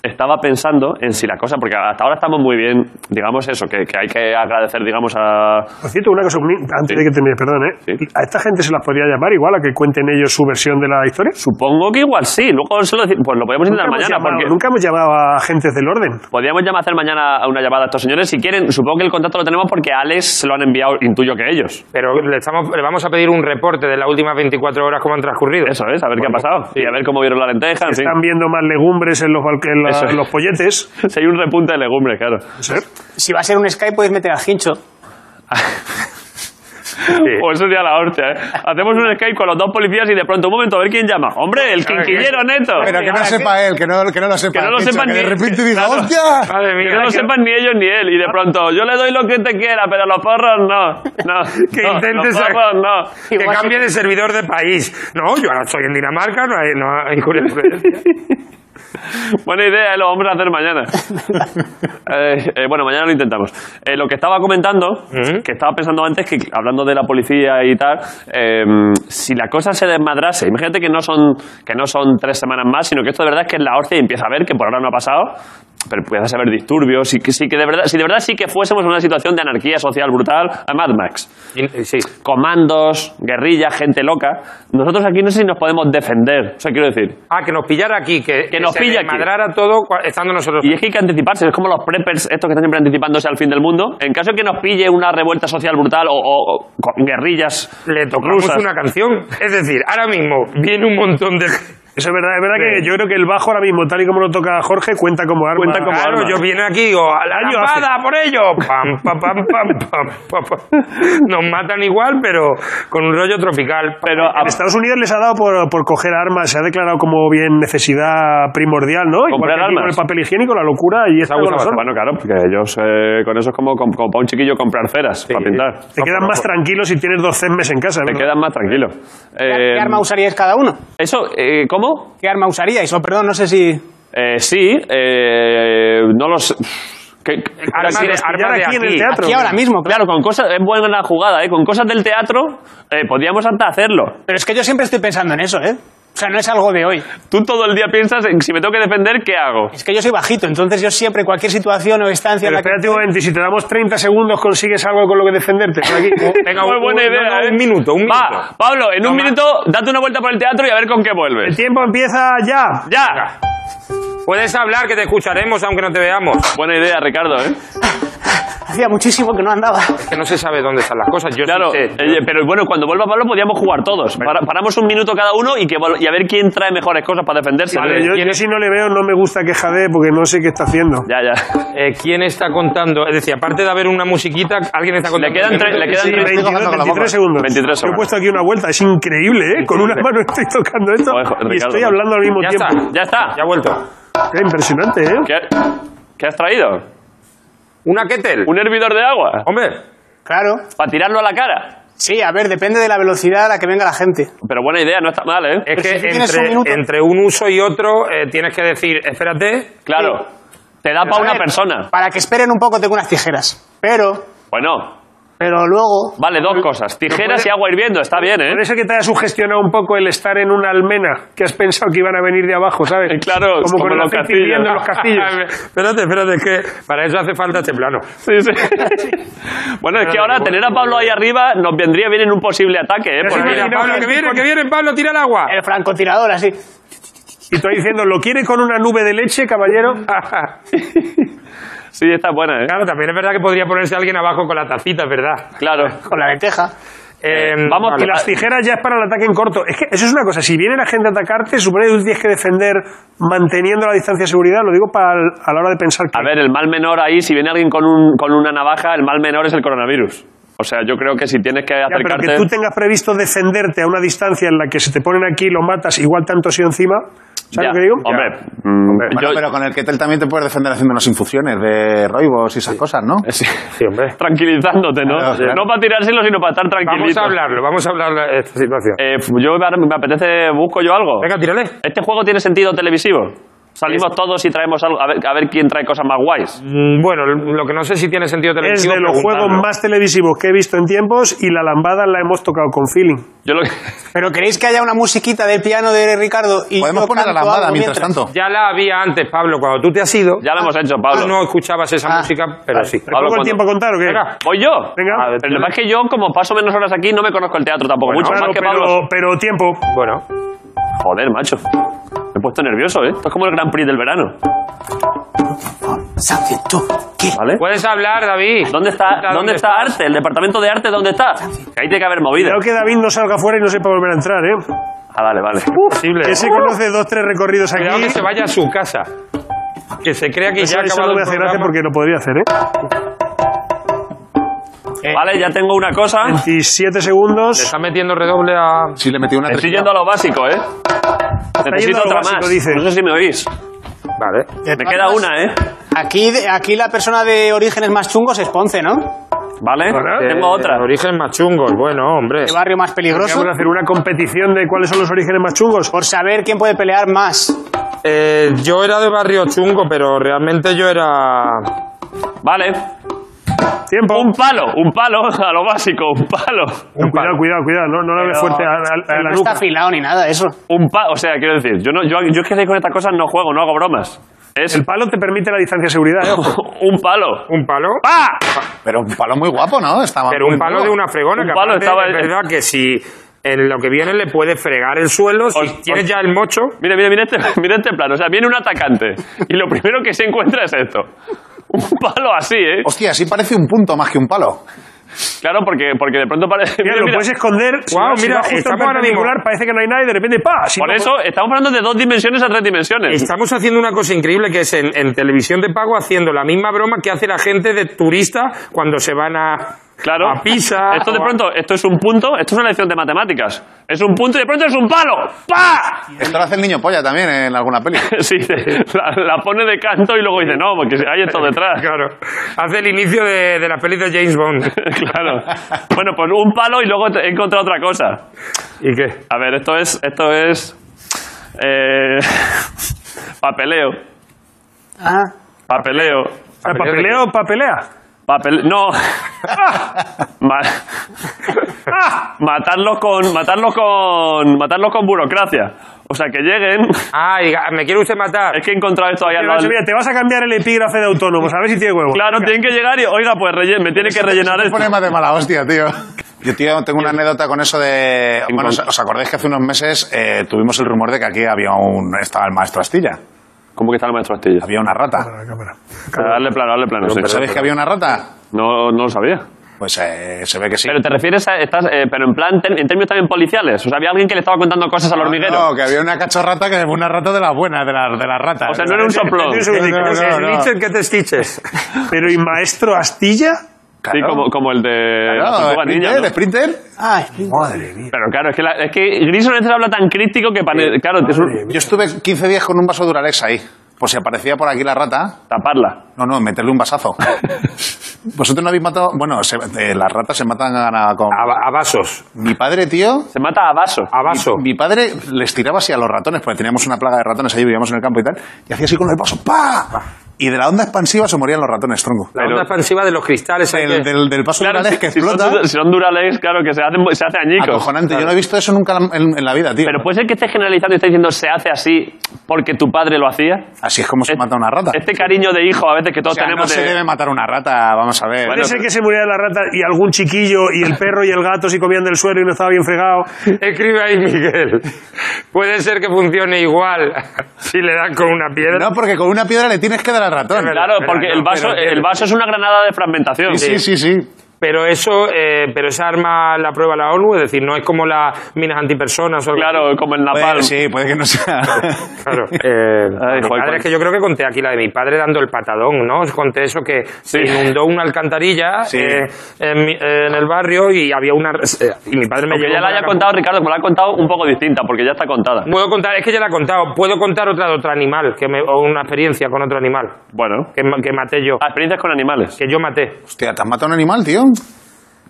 S2: estaba pensando en si la cosa, porque hasta ahora estamos muy bien, digamos eso, que, que hay que agradecer, digamos, a,
S6: Por cierto, una cosa, Blin,
S2: Sí.
S6: antes de que termine, perdón, ¿eh?
S2: Sí.
S6: A esta gente se las podría llamar igual a que cuenten ellos su versión de la historia.
S2: Supongo que igual sí. Luego se lo deci- pues lo podemos intentar
S6: hemos
S2: mañana.
S6: llamado-
S2: porque
S6: nunca hemos llamado a agentes del orden.
S2: Podríamos llamar a hacer mañana a una llamada a estos señores. Si quieren, supongo que el contacto lo tenemos porque a Alex se lo han enviado, intuyo que ellos.
S3: Pero le, estamos, le vamos a pedir un reporte de las últimas 24 horas cómo han transcurrido.
S2: Eso es, a ver qué ha
S3: Bueno,
S2: pasado. Y a ver cómo vieron la lenteja, en fin.
S6: Están viendo más legumbres en los, balc- en la-
S2: Eso es.
S6: en los polletes.
S2: Si hay un repunte de legumbres, claro.
S6: Puede ser.
S5: Si va a ser un Skype, puedes meter al hincho.
S2: O eso sería la hostia, ¿eh? Hacemos un escape con los dos policías y de pronto, un momento, a ver quién llama. ¡Hombre, el quinquillero, neto!
S4: Pero que no sepa él, que no, que no lo sepa.
S2: Que no lo
S4: Picha,
S2: sepan
S4: que
S2: ni-
S4: de repente diga,
S2: claro.
S4: ¡hostia!
S3: Madre mía,
S2: Que no lo
S3: que-
S2: sepan ni ellos ni él. Y de pronto, yo le doy lo que te quiera, pero los porros no. no
S3: Que
S2: no,
S3: intentes-
S2: Los porros no.
S3: Que cambie de servidor de país. No, yo ahora estoy en Dinamarca, no hay, no hay injuria de
S2: [laughs]
S3: competencia.
S2: Buena idea, ¿eh? lo vamos a hacer mañana. Eh, eh, bueno, mañana lo intentamos. Eh, lo que estaba comentando, que estaba pensando antes, que hablando de la policía y tal, eh, si la cosa se desmadrase, imagínate que no, son, que no son tres semanas más, sino que esto de verdad es que es la hostia y empieza a ver que por ahora no ha pasado, pero empieza a haber disturbios, y que, sí que de verdad, si de verdad sí que fuésemos en una situación de anarquía social brutal, a Mad Max
S3: Y- Sí.
S2: comandos, guerrilla, gente loca. Nosotros aquí no sé si nos podemos defender. O sea, quiero decir.
S3: Ah, que nos pillara aquí, que,
S2: nos
S3: se
S2: pilla aquí.
S3: desmadrara todo cua- estando nosotros.
S2: Y es que hay que anticiparse. Es como los preppers, estos que están siempre anticipándose al fin del mundo. En caso de que nos pille una revuelta social brutal o, o- o con guerrillas
S3: le tocamos
S2: rusas.
S3: una canción. [laughs] Es decir, ahora mismo viene un montón [laughs] de.
S6: Eso es verdad, es verdad que yo creo que el bajo ahora mismo, tal y como lo toca Jorge, cuenta como arma.
S2: Cuenta como
S3: Claro,
S2: arma.
S3: yo viene aquí y digo, ¡a la
S6: Año
S3: llamada por ello! Pam, pam, pam, pam, pam, pam, pam. Nos matan igual, pero con un rollo tropical.
S2: Pero a-
S6: En Estados Unidos les ha dado por, por coger armas, se ha declarado como bien necesidad primordial, ¿no? Igual
S2: Comprar
S6: que aquí
S2: armas.
S6: Con el papel higiénico, la locura y esta
S2: Bueno,
S6: con las armas.
S2: bueno, claro, porque ellos eh, con eso es como, como, para un chiquillo comprar ceras para pintar.
S6: Te quedas más tranquilo si tienes dos CEMES en casa,
S2: Te
S6: ¿verdad?
S2: quedan más tranquilo.
S5: ¿Qué
S2: Eh,
S5: arma usaríais cada uno?
S2: eso, eh, ¿cómo?
S5: ¿Qué arma usaríais? O perdón, no sé si...
S2: Eh, sí, eh, no lo sé. ¿Qué- qué-
S3: Armas
S2: quieres
S3: de-
S2: pillar
S3: armas de aquí.
S2: teatro?
S5: Aquí ahora mismo,
S2: Claro, con cosas, es buena jugada, ¿eh? Con cosas del teatro eh, podríamos hasta hacerlo.
S5: Pero es que yo siempre estoy pensando en eso, ¿eh? O sea, no es algo de hoy.
S2: Tú todo el día piensas en si me tengo que defender, ¿qué hago?
S5: Es que yo soy bajito, entonces yo siempre, cualquier situación o estancia en la
S6: Pero
S5: que...
S6: espérate un momento, y si te damos 30 segundos consigues algo con lo que defenderte.
S2: [laughs]
S6: Por aquí. Oh,
S3: Venga,
S2: Muy
S3: un-
S2: buena
S3: un-
S2: idea.
S3: no, no,
S2: ¿eh?
S3: un minuto, un
S2: Va,
S3: minuto.
S2: Pablo, en
S3: No
S2: un
S3: más.
S2: minuto, date una vuelta por el teatro y a ver con qué
S6: El
S2: vuelves.
S6: tiempo empieza ya.
S2: ¡Ya!
S3: Puedes hablar, que te escucharemos, aunque no te veamos.
S2: Buena idea, Ricardo, ¿eh?
S5: Hacía muchísimo que no andaba.
S3: que no se sabe dónde están las cosas. Yo
S2: Claro,
S3: sí sé.
S2: eh, pero bueno, cuando vuelva Pablo podíamos jugar todos. Para- paramos un minuto cada uno y, que, vol- y a ver quién trae mejores cosas para defenderse.
S6: Pero yo, yo si no le veo, no me gusta que jadee porque no sé qué está haciendo.
S2: Ya, ya.
S3: Eh, ¿Quién está contando? Es decir, aparte de haber una musiquita, alguien está contando.
S2: Le quedan tres- le quedan
S6: Sí,
S2: tres-
S6: 22, 23 segundos.
S2: 23
S6: Yo he
S2: segundos.
S6: puesto aquí una vuelta, es increíble, ¿eh? Con una mano estoy tocando esto
S2: Joder, Ricardo,
S6: y estoy
S2: ¿no?
S6: hablando al mismo
S3: Ya
S6: tiempo.
S3: está.
S2: Ya está.
S3: Ya ha vuelto.
S6: Qué impresionante, ¿eh?
S2: ¿Qué, qué has traído?
S3: Una Kettle.
S2: ¿Un hervidor de agua?
S3: Hombre,
S5: Claro.
S2: ¿Para tirarlo a la cara?
S5: Sí, a ver, depende de la velocidad a la que venga la gente.
S2: Pero buena idea, no está mal, ¿eh?
S3: es que
S5: Pero si tú tienes un
S3: entre,
S5: minuto.
S3: entre un uso y otro eh, tienes que decir, espérate.
S2: Claro. Te da
S5: A
S2: para una
S5: ver,
S2: persona.
S5: Para que esperen un poco tengo unas tijeras. Pero,
S2: Bueno,
S5: pero luego...
S2: vale, dos cosas. Tijeras y agua hirviendo, está bien, ¿eh?
S6: Puede ser que te haya sugestionado un poco el estar en una almena, que has pensado que iban a venir de abajo, ¿sabes?
S2: Eh, claro,
S6: como,
S2: como
S6: con
S2: los
S6: los castillos.
S2: castillos.
S6: hirviendo en
S2: [laughs]
S6: los [laughs] castillos.
S3: espérate, espérate, es que para eso hace falta este plano.
S2: Sí, sí. bueno, es que ahora tener a Pablo ahí arriba nos vendría bien en un posible ataque, ¿eh?
S3: Pues
S2: Porque-
S3: mira, Pablo, que viene, que viene, Pablo, tira el agua.
S5: El francotirador, así.
S6: Y tú ahí diciendo, ¿lo quiere con una nube de leche, caballero?
S2: Eh,
S6: Ah,
S2: sí, está buena, ¿eh?
S3: Claro, también es verdad que podría ponerse alguien abajo con la tacita, es verdad.
S2: Claro.
S5: Con la lenteja.
S3: Eh,
S2: vamos,
S6: Y
S2: que
S6: las tijeras ya es para el ataque en corto. Es que eso es una cosa. Si viene la gente a atacarte, supone que tú tienes que defender manteniendo la distancia de seguridad. Lo digo para el- a la hora de pensar que...
S2: A ver, el mal menor ahí, si viene alguien con, un, con una navaja, el mal menor es el coronavirus. O sea, yo creo que si tienes que
S6: Ya, pero
S2: acercarte...
S6: que tú tengas previsto defenderte a una distancia en la que se te ponen aquí, lo matas, igual tanto sido encima. ¿Sabes
S2: Ya,
S6: lo que digo?
S2: Hombre, mm,
S4: Bueno,
S2: yo-
S4: pero con el Ketel también te puedes defender haciendo unas infusiones de roibos y esas cosas, ¿no?
S2: Sí.
S3: Sí, hombre.
S2: [laughs] Tranquilizándote, ¿no?
S4: Claro, claro.
S2: No para tirárselo, sino para estar
S3: Vamos
S2: tranquilito.
S3: a hablarlo, vamos a hablar de esta situación.
S2: Eh, yo ahora me apetece, busco yo algo.
S3: Venga, tírale.
S2: ¿Este juego tiene sentido televisivo? Salimos todos y traemos algo. A ver, a ver quién trae cosas más guays.
S3: Mm, Bueno, lo que no sé si tiene sentido
S6: Es
S3: televisivo
S6: de los
S3: preguntarlo.
S6: juegos más televisivos que he visto en tiempos y la lambada la hemos tocado con feeling.
S2: Yo lo-
S5: Pero queréis que haya una musiquita del piano de Ricardo y
S4: Podemos
S5: yo
S4: poner la
S5: canto
S4: lambada
S5: algo
S4: mientras tanto.
S3: Ya la había antes, Pablo, cuando tú te has ido.
S2: [laughs] ya lo hemos hecho,
S3: Tú
S2: Pablo.
S3: no escuchabas esa
S5: Ah,
S3: música, pero sí.
S6: ¿Te pongo
S2: cuando-
S6: el tiempo a contar o qué?
S3: Venga.
S2: ¿Voy yo?
S6: Venga.
S2: Ah, pero lo que pasa es que yo, como paso menos horas aquí, no me conozco el teatro tampoco mucho.
S6: Claro,
S2: más que Pablo.
S6: pero, pero tiempo.
S3: Bueno,
S2: Joder, macho. Me he puesto nervioso, ¿eh? Esto es como el Grand Prix del verano.
S5: Something to kill.
S2: ¿Vale?
S3: puedes hablar, David.
S2: ¿Dónde está,
S3: Mira,
S2: ¿dónde está
S3: estás?
S2: arte? ¿El departamento de arte dónde está? Que ahí tiene que haber movida.
S6: Creo que David no salga fuera y no sepa volver a entrar, ¿eh?
S2: Ah, vale, vale.
S3: Posible.
S6: Que se conoce dos, tres recorridos aquí.
S3: Cuidado que se vaya a su casa. Que se crea que
S6: Eso,
S3: ya ha
S6: eso
S3: acabado
S6: no me
S3: el
S6: hace
S3: programa.
S6: gracia porque lo podría hacer, ¿eh?
S2: Vale, ya tengo una cosa.
S6: 27 segundos.
S3: Está metiendo redoble a.
S4: Si le metí una
S2: Estoy
S4: tresilla.
S2: yendo a lo básico, ¿eh? Necesito
S6: a lo
S2: otra
S6: básico,
S2: más.
S6: dice.
S2: No sé si me oís. Vale.
S5: De
S2: Me
S5: todas
S2: queda
S5: maneras-
S2: una, ¿eh?
S5: Aquí, de- aquí la persona de orígenes más chungos es Ponce, ¿no?
S2: Vale. Tengo
S6: eh,
S2: otra.
S3: De origen más chungos, bueno, hombre.
S5: El barrio más peligroso.
S6: Vamos a hacer una competición de cuáles son los orígenes más chungos.
S5: Por saber quién puede pelear más.
S3: Eh, yo era de barrio chungo, pero realmente yo era.
S2: Vale.
S6: Tiempo.
S2: Un palo, un palo, [laughs] a lo básico, un palo.
S6: No, cuidado, cuidado, cuidado. No, no le hables fuerte a, a- a la
S5: No está
S6: nuca.
S5: afilado ni nada, eso.
S2: Un pa o sea, quiero decir, yo, no, yo, yo es que con estas cosas no juego, no hago bromas. Es
S6: El palo te permite la distancia de seguridad. ¿eh?
S2: [laughs] un palo.
S3: ¿Un palo?
S6: Ah,
S4: Pero un palo muy guapo, ¿no? Estaba
S3: Pero
S4: muy
S3: un palo
S4: duro.
S3: de una fregona,
S2: Un
S3: que
S2: palo
S3: aparte
S2: estaba-
S3: es verdad que si en lo que viene le puede fregar el suelo, si
S2: Os-
S3: tienes
S2: os-
S3: ya el mocho,
S2: Mira, mira, mira este, [laughs] mira este plano. O sea, viene un atacante y lo primero que se encuentra es esto. Un palo así, ¿eh?
S4: Hostia, sí parece un punto más que un palo.
S2: Claro, porque, porque de pronto parece... [laughs]
S6: Mira,
S2: mira,
S6: lo
S2: mira.
S6: puedes esconder. Si
S3: Guau,
S6: vas- si
S3: mira,
S6: vas justo
S3: estamos ahora
S6: perpendicular,
S3: mismo.
S6: parece que no hay nada y de repente, ¡pa! Si
S2: Por
S6: no-
S2: eso estamos hablando de dos dimensiones a tres dimensiones.
S3: estamos haciendo una cosa increíble que es en, en televisión de pago haciendo la misma broma que hace la gente de turista cuando se van a,
S2: Claro.
S3: a Pisa.
S2: Esto de
S3: o a-
S2: pronto, esto es un punto, esto es una lección de matemáticas. Es un punto y de pronto es un palo. ¡Pa!
S4: Esto lo hace el niño polla también en alguna peli.
S2: [laughs] Sí, la, la pone de canto y luego dice, no, porque hay esto detrás. [laughs]
S3: Claro. Hace el inicio de, de la peli de James Bond.
S2: Claro. Bueno, pues un palo y luego te- he encontrado otra cosa.
S3: ¿Y qué?
S2: A ver, esto es. Esto es. eh, [laughs] papeleo.
S5: Ah.
S2: Papeleo.
S6: O sea, ¿Papeleo o papelea?
S2: Papel. No. [laughs] Ma- [laughs] matarlo con. Matarlo con. Matarlo con burocracia. O sea, que lleguen. [laughs]
S3: Ah, diga, me quiere usted matar.
S2: Es que he encontrado esto ahí al
S6: Mira,
S2: lado.
S6: mira, te vas a cambiar el epígrafe de autónomos, a ver si tiene huevo.
S2: Claro, tienen que llegar y. Oiga, pues relle- me tiene que rellenar
S4: Se
S2: esto.
S4: pone más de mala hostia, tío. Yo, tío, tengo una anécdota con eso de... Bueno, ¿os, os acordáis que hace unos meses eh, tuvimos el rumor de que aquí había un... Estaba el maestro Astilla.
S2: ¿Cómo que está el maestro Astilla?
S4: Había una rata.
S6: La cámara.
S2: Darle plano, darle plano. sí.
S4: ¿Sabéis que había una rata?
S2: No, no lo sabía.
S4: Pues eh, se ve que sí.
S2: Pero te refieres a. Estás, eh, pero en plan, ter- en términos también policiales. O sea, había alguien que le estaba contando cosas al hormiguero.
S4: No, que había una cachorrata que fue una rata de las buenas, de las de las ratas.
S2: O sea, no era un soplón.
S6: Espérate un segundito,
S4: No, no,
S6: que-
S4: no.
S3: Snitches que te stiches.
S6: Pero ¿y maestro Astilla?
S2: Sí,
S4: Claro.
S2: como, como el de la
S4: Claro,
S2: tortuga ninja,
S4: Sprinter,
S2: ¿no?
S4: Sprinter.
S5: Ah,
S6: Madre mía.
S2: Pero claro, es que, la, es que Grison a veces habla tan crítico que... Pane, claro, es un-
S4: Yo estuve 15 días con un vaso de Duralex ahí. Pues si aparecía por aquí la rata,
S2: taparla.
S4: No, no, meterle
S2: [laughs]
S4: un vasazo. Vosotros no habéis matado. Bueno, se- eh, las ratas se matan a, a- con.
S2: Ah.
S3: A, a vasos.
S4: Mi padre, tío.
S2: Se mata a vaso.
S3: A vaso.
S4: Mi padre les tiraba así a los ratones, porque teníamos una plaga de ratones ahí, vivíamos en el campo y tal, y hacía así con los vasos,
S2: Ah.
S4: ¡pa! Y de la onda expansiva se morían los ratones, tronco.
S3: La
S2: Pero-
S3: onda expansiva de los cristales. hay
S4: Del,
S3: que-
S4: del, del vaso de
S2: Claro,
S4: Duralex que
S2: si son
S4: explota,
S2: du- si son Duralex, claro, que se hace, se hace añicos.
S4: acojonante. Yo no he visto eso nunca en, en la vida, tío.
S2: Pero pues, puede ser que estés generalizando y estés diciendo se hace así porque tu padre lo hacía.
S4: Así es como se
S2: Es-
S4: mata una rata.
S2: Este cariño de hijo a veces que
S4: O
S2: todos
S4: sea, no
S2: tenemos
S4: se
S2: de-
S4: debe matar una rata, vamos a ver.
S2: Bueno,
S6: Puede ser que se muriera la rata y algún chiquillo y el perro y el gato si comían del suelo y no estaba bien fregado.
S3: Escribe ahí Miguel. Puede ser que funcione igual [laughs] si le dan con una piedra.
S4: no, porque con una piedra le tienes que dar al ratón.
S2: Claro, porque el vaso, el vaso es una granada de fragmentación.
S4: Sí, sí, sí.
S3: Pero eso, eh, pero esa arma la prueba la ONU, es decir, no es como las minas antipersonas o algo
S2: Claro, como el napalm.
S4: Puede, sí, puede que no sea. [laughs]
S3: así. Claro. eh,
S2: Ay,
S3: mi
S2: joder,
S3: padre,
S2: Ah, cuál-
S3: es que yo creo que conté aquí la de mi padre dando el patadón, ¿no? Os conté eso que se inundó una alcantarilla
S4: Sí.
S3: eh, en, mi- eh, en el barrio y había una. eh, y mi padre me
S2: Aunque
S3: llevó
S2: ya la
S3: para
S2: haya
S3: la
S2: contado Ricardo, como la ha contado un poco distinta, porque ya está contada.
S3: Puedo contar, es que ya la he contado. Puedo contar otra de otro animal, que me- o una experiencia con otro animal
S2: Bueno,
S3: que, ma- que maté yo,
S2: Ah, experiencias con animales.
S3: que yo maté.
S4: Hostia, ¿te has matado un animal, tío?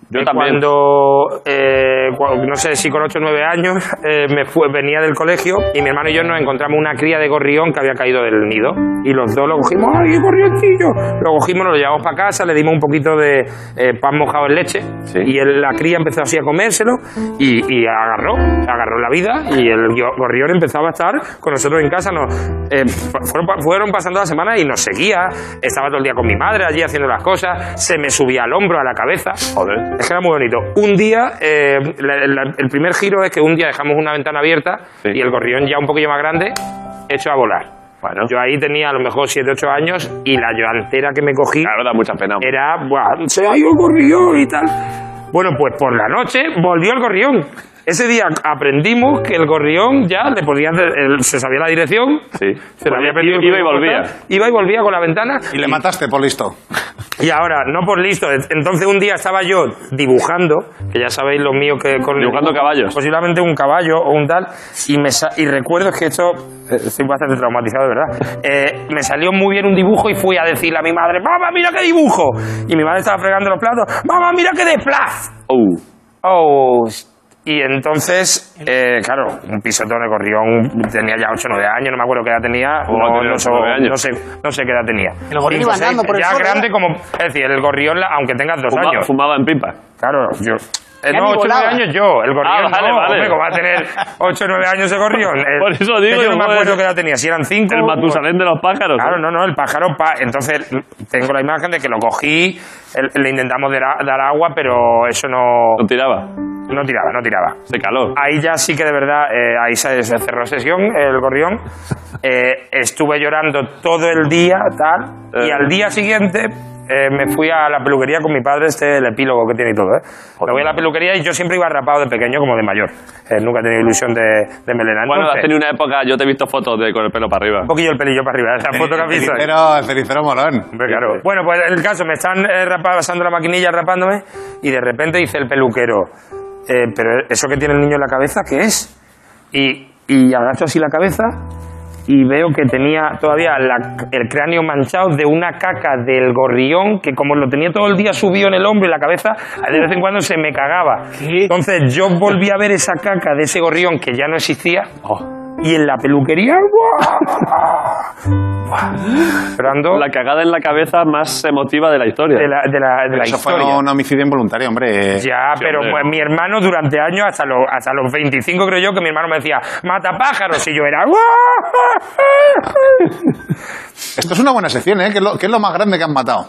S2: Yo
S3: Que
S2: también.
S3: Cuando, eh, cua- no sé si con 8 o 9 años, eh, me fue- venía del colegio y mi hermano y yo nos encontramos una cría de gorrión que había caído del nido. Y los dos lo cogimos, ¡ay, qué gorrioncillo! Lo cogimos, nos lo llevamos para casa, le dimos un poquito de eh, pan mojado en leche
S2: Sí.
S3: y el- la cría empezó así a comérselo y, y agarró, agarró la vida y el gui- gorrión empezaba a estar con nosotros en casa. Nos, eh, fu- fueron, pa- fueron pasando las semanas y nos seguía. Estaba todo el día con mi madre allí haciendo las cosas, se me subía al hombro, a la cabeza.
S2: Joder.
S3: Es que era muy bonito. Un día, eh, la- la- el primer giro es que un día dejamos una ventana abierta
S2: Sí.
S3: y el gorrión ya un poquillo más grande, hecho a volar.
S2: Bueno,
S3: Yo ahí tenía a lo mejor 7, 8 años y la llantera que me cogí
S2: claro, da mucha pena. hombre.
S3: era, "Buah, se ha ido el gorrión y tal. Bueno, pues por la noche volvió el gorrión. Ese día aprendimos que el gorrión ya le podía, el- se sabía la dirección.
S2: Sí.
S3: Se le había perdido el
S2: Pues Iba y
S3: gorrión,
S2: volvía.
S3: Iba y volvía con la ventana.
S4: Y le mataste, por pues listo.
S3: Y ahora, no por listo. Entonces un día estaba yo dibujando, que ya sabéis lo mío que con
S2: Dibujando caballos.
S3: Posiblemente un caballo o un tal. Y, me sa- y recuerdo que esto, eh, estoy bastante traumatizado, de verdad. Eh, me salió muy bien un dibujo y fui a decirle a mi madre, mamá, mira qué dibujo. Y mi madre estaba fregando los platos, mamá, mira qué desplaz.
S2: Oh.
S3: Oh, y entonces, eh, claro, un pisotón de corrión, un- tenía ya 8 o 9 años, no me acuerdo qué edad tenía,
S2: ¿Cómo va a
S3: no,
S2: tener
S3: no
S2: ocho
S3: sé,
S2: o nueve años?
S3: no sé, no sé qué edad tenía.
S5: El gorrión
S3: Cinco,
S5: iba andando
S3: seis,
S5: por el ¿eh?
S3: ya
S5: suelo,
S3: grande como,
S5: ¿verdad?
S3: es decir, el gorrión, la- aunque tengas dos
S2: Fuma-
S3: años,
S2: fumaba en pipa.
S3: claro, yo... eh,
S5: Ya
S3: no,
S5: ni
S3: 8 o 9
S5: volaba.
S3: años yo, el gorrión
S2: Ah, vale,
S3: no,
S2: vale.
S3: hombre, ¿cómo va a tener 8 o 9 años el
S2: [laughs]
S3: gorrión? Eh,
S2: Por eso digo,
S3: que yo no me
S2: joder.
S3: acuerdo qué edad tenía, si eran 5...
S2: El Matusalén de los pájaros.
S3: Claro,
S2: ¿eh?
S3: no, no, el pájaro. pa- Entonces, tengo la imagen de que lo cogí, el- le intentamos dar dar agua, pero eso no, Ah,
S2: No tiraba.
S3: no tiraba, no tiraba.
S2: Se caló.
S3: Ahí ya sí que de verdad, eh, ahí se, se cerró sesión, el gorrión. Eh, estuve llorando todo el día, tal. Y
S2: Eh.
S3: al día siguiente eh, me fui a la peluquería con mi padre, este es el epílogo que tiene y todo. ¿eh? Me voy a la peluquería y yo siempre iba rapado de pequeño como de mayor. Eh, nunca he tenido ilusión de, de melena.
S2: Bueno, has
S3: Entonces,
S2: tenido una época, yo te he visto fotos de con el pelo para arriba.
S3: un poquillo el pelillo para arriba, [laughs] esa foto que has
S4: El
S3: visto. ahí.
S4: cenicero, el cenicero molón.
S3: Hombre, claro. Bueno, pues el caso, me están eh, rapa- pasando la maquinilla, rapándome, y de repente dice el peluquero, "Eh, pero eso que tiene el niño en la cabeza, ¿qué es? Y, y agacho así la cabeza y veo que tenía todavía la- el cráneo manchado de una caca del gorrión que como lo tenía todo el día subido en el hombro y la cabeza, de vez en cuando se me cagaba. Entonces yo volví a ver esa caca de ese gorrión que ya no existía. Y en la peluquería, ¡buah! ¡Buah! Fernando,
S2: La cagada en la cabeza más emotiva de la historia.
S3: de la, de la, de la
S4: Eso fue
S3: historia.
S4: un homicidio involuntario, hombre.
S3: Ya,
S2: Sí,
S3: pero
S2: hombre.
S3: pues, mi hermano durante años, hasta los, hasta los 25 creo yo, que mi hermano me decía, mata pájaros, y yo era...
S4: Esto es una buena sección, ¿eh? ¿Qué es lo, qué es lo más grande que han matado?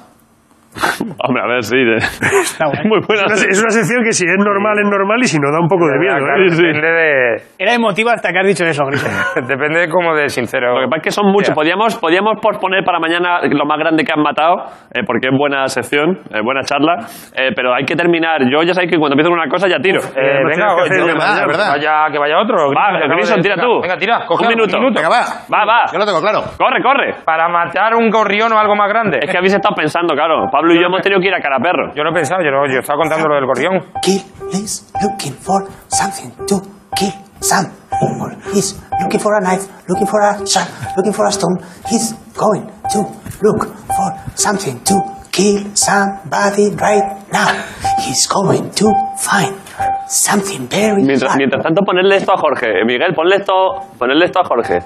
S2: Hombre, a ver, sí. de- [laughs] Es muy buena.
S6: Es una- es una sección que si es normal, es normal y si no, da un poco de miedo.
S3: Claro,
S6: ¿eh?
S3: Depende, de,
S5: Era emotivo hasta que has dicho eso,
S6: [laughs]
S5: Gris.
S3: depende de cómo de sincero.
S2: Lo que pasa es que son muchos.
S3: Ya.
S2: Podíamos, podíamos posponer para mañana lo más grande que han matado, eh, porque es buena sección, eh, buena charla, eh, pero hay que terminar. Yo ya sabéis que cuando empiezo con una cosa ya tiro.
S3: Eh,
S6: no
S3: venga,
S6: tienes que
S3: oye,
S4: hacer nada,
S3: que
S4: ¿verdad?
S3: vaya, que vaya otro.
S2: Va,
S3: Grison, acabo
S2: Grison,
S3: de-
S2: tira
S3: venga,
S2: tú.
S3: Venga, tira, coge
S2: Un minuto.
S4: Venga, va.
S2: Va, va.
S4: Yo lo tengo claro.
S2: Corre, corre.
S3: Para matar un gorrión o algo más grande.
S2: Es que habéis estado pensando, claro. Pablo y yo hemos tenido que ir a Caraperro.
S3: Yo no he pensado, yo, no- yo estaba contando lo del gorrión.
S7: Kill is looking for something to kill someone. He's looking for a knife, looking for a shark, looking for a stone. He's going to look for something to kill somebody right now. He's going to find something very
S2: Mientras,
S7: sharp.
S2: mientras tanto, ponerle esto a Jorge. Eh, Miguel, ponle esto, ponerle esto a Jorge.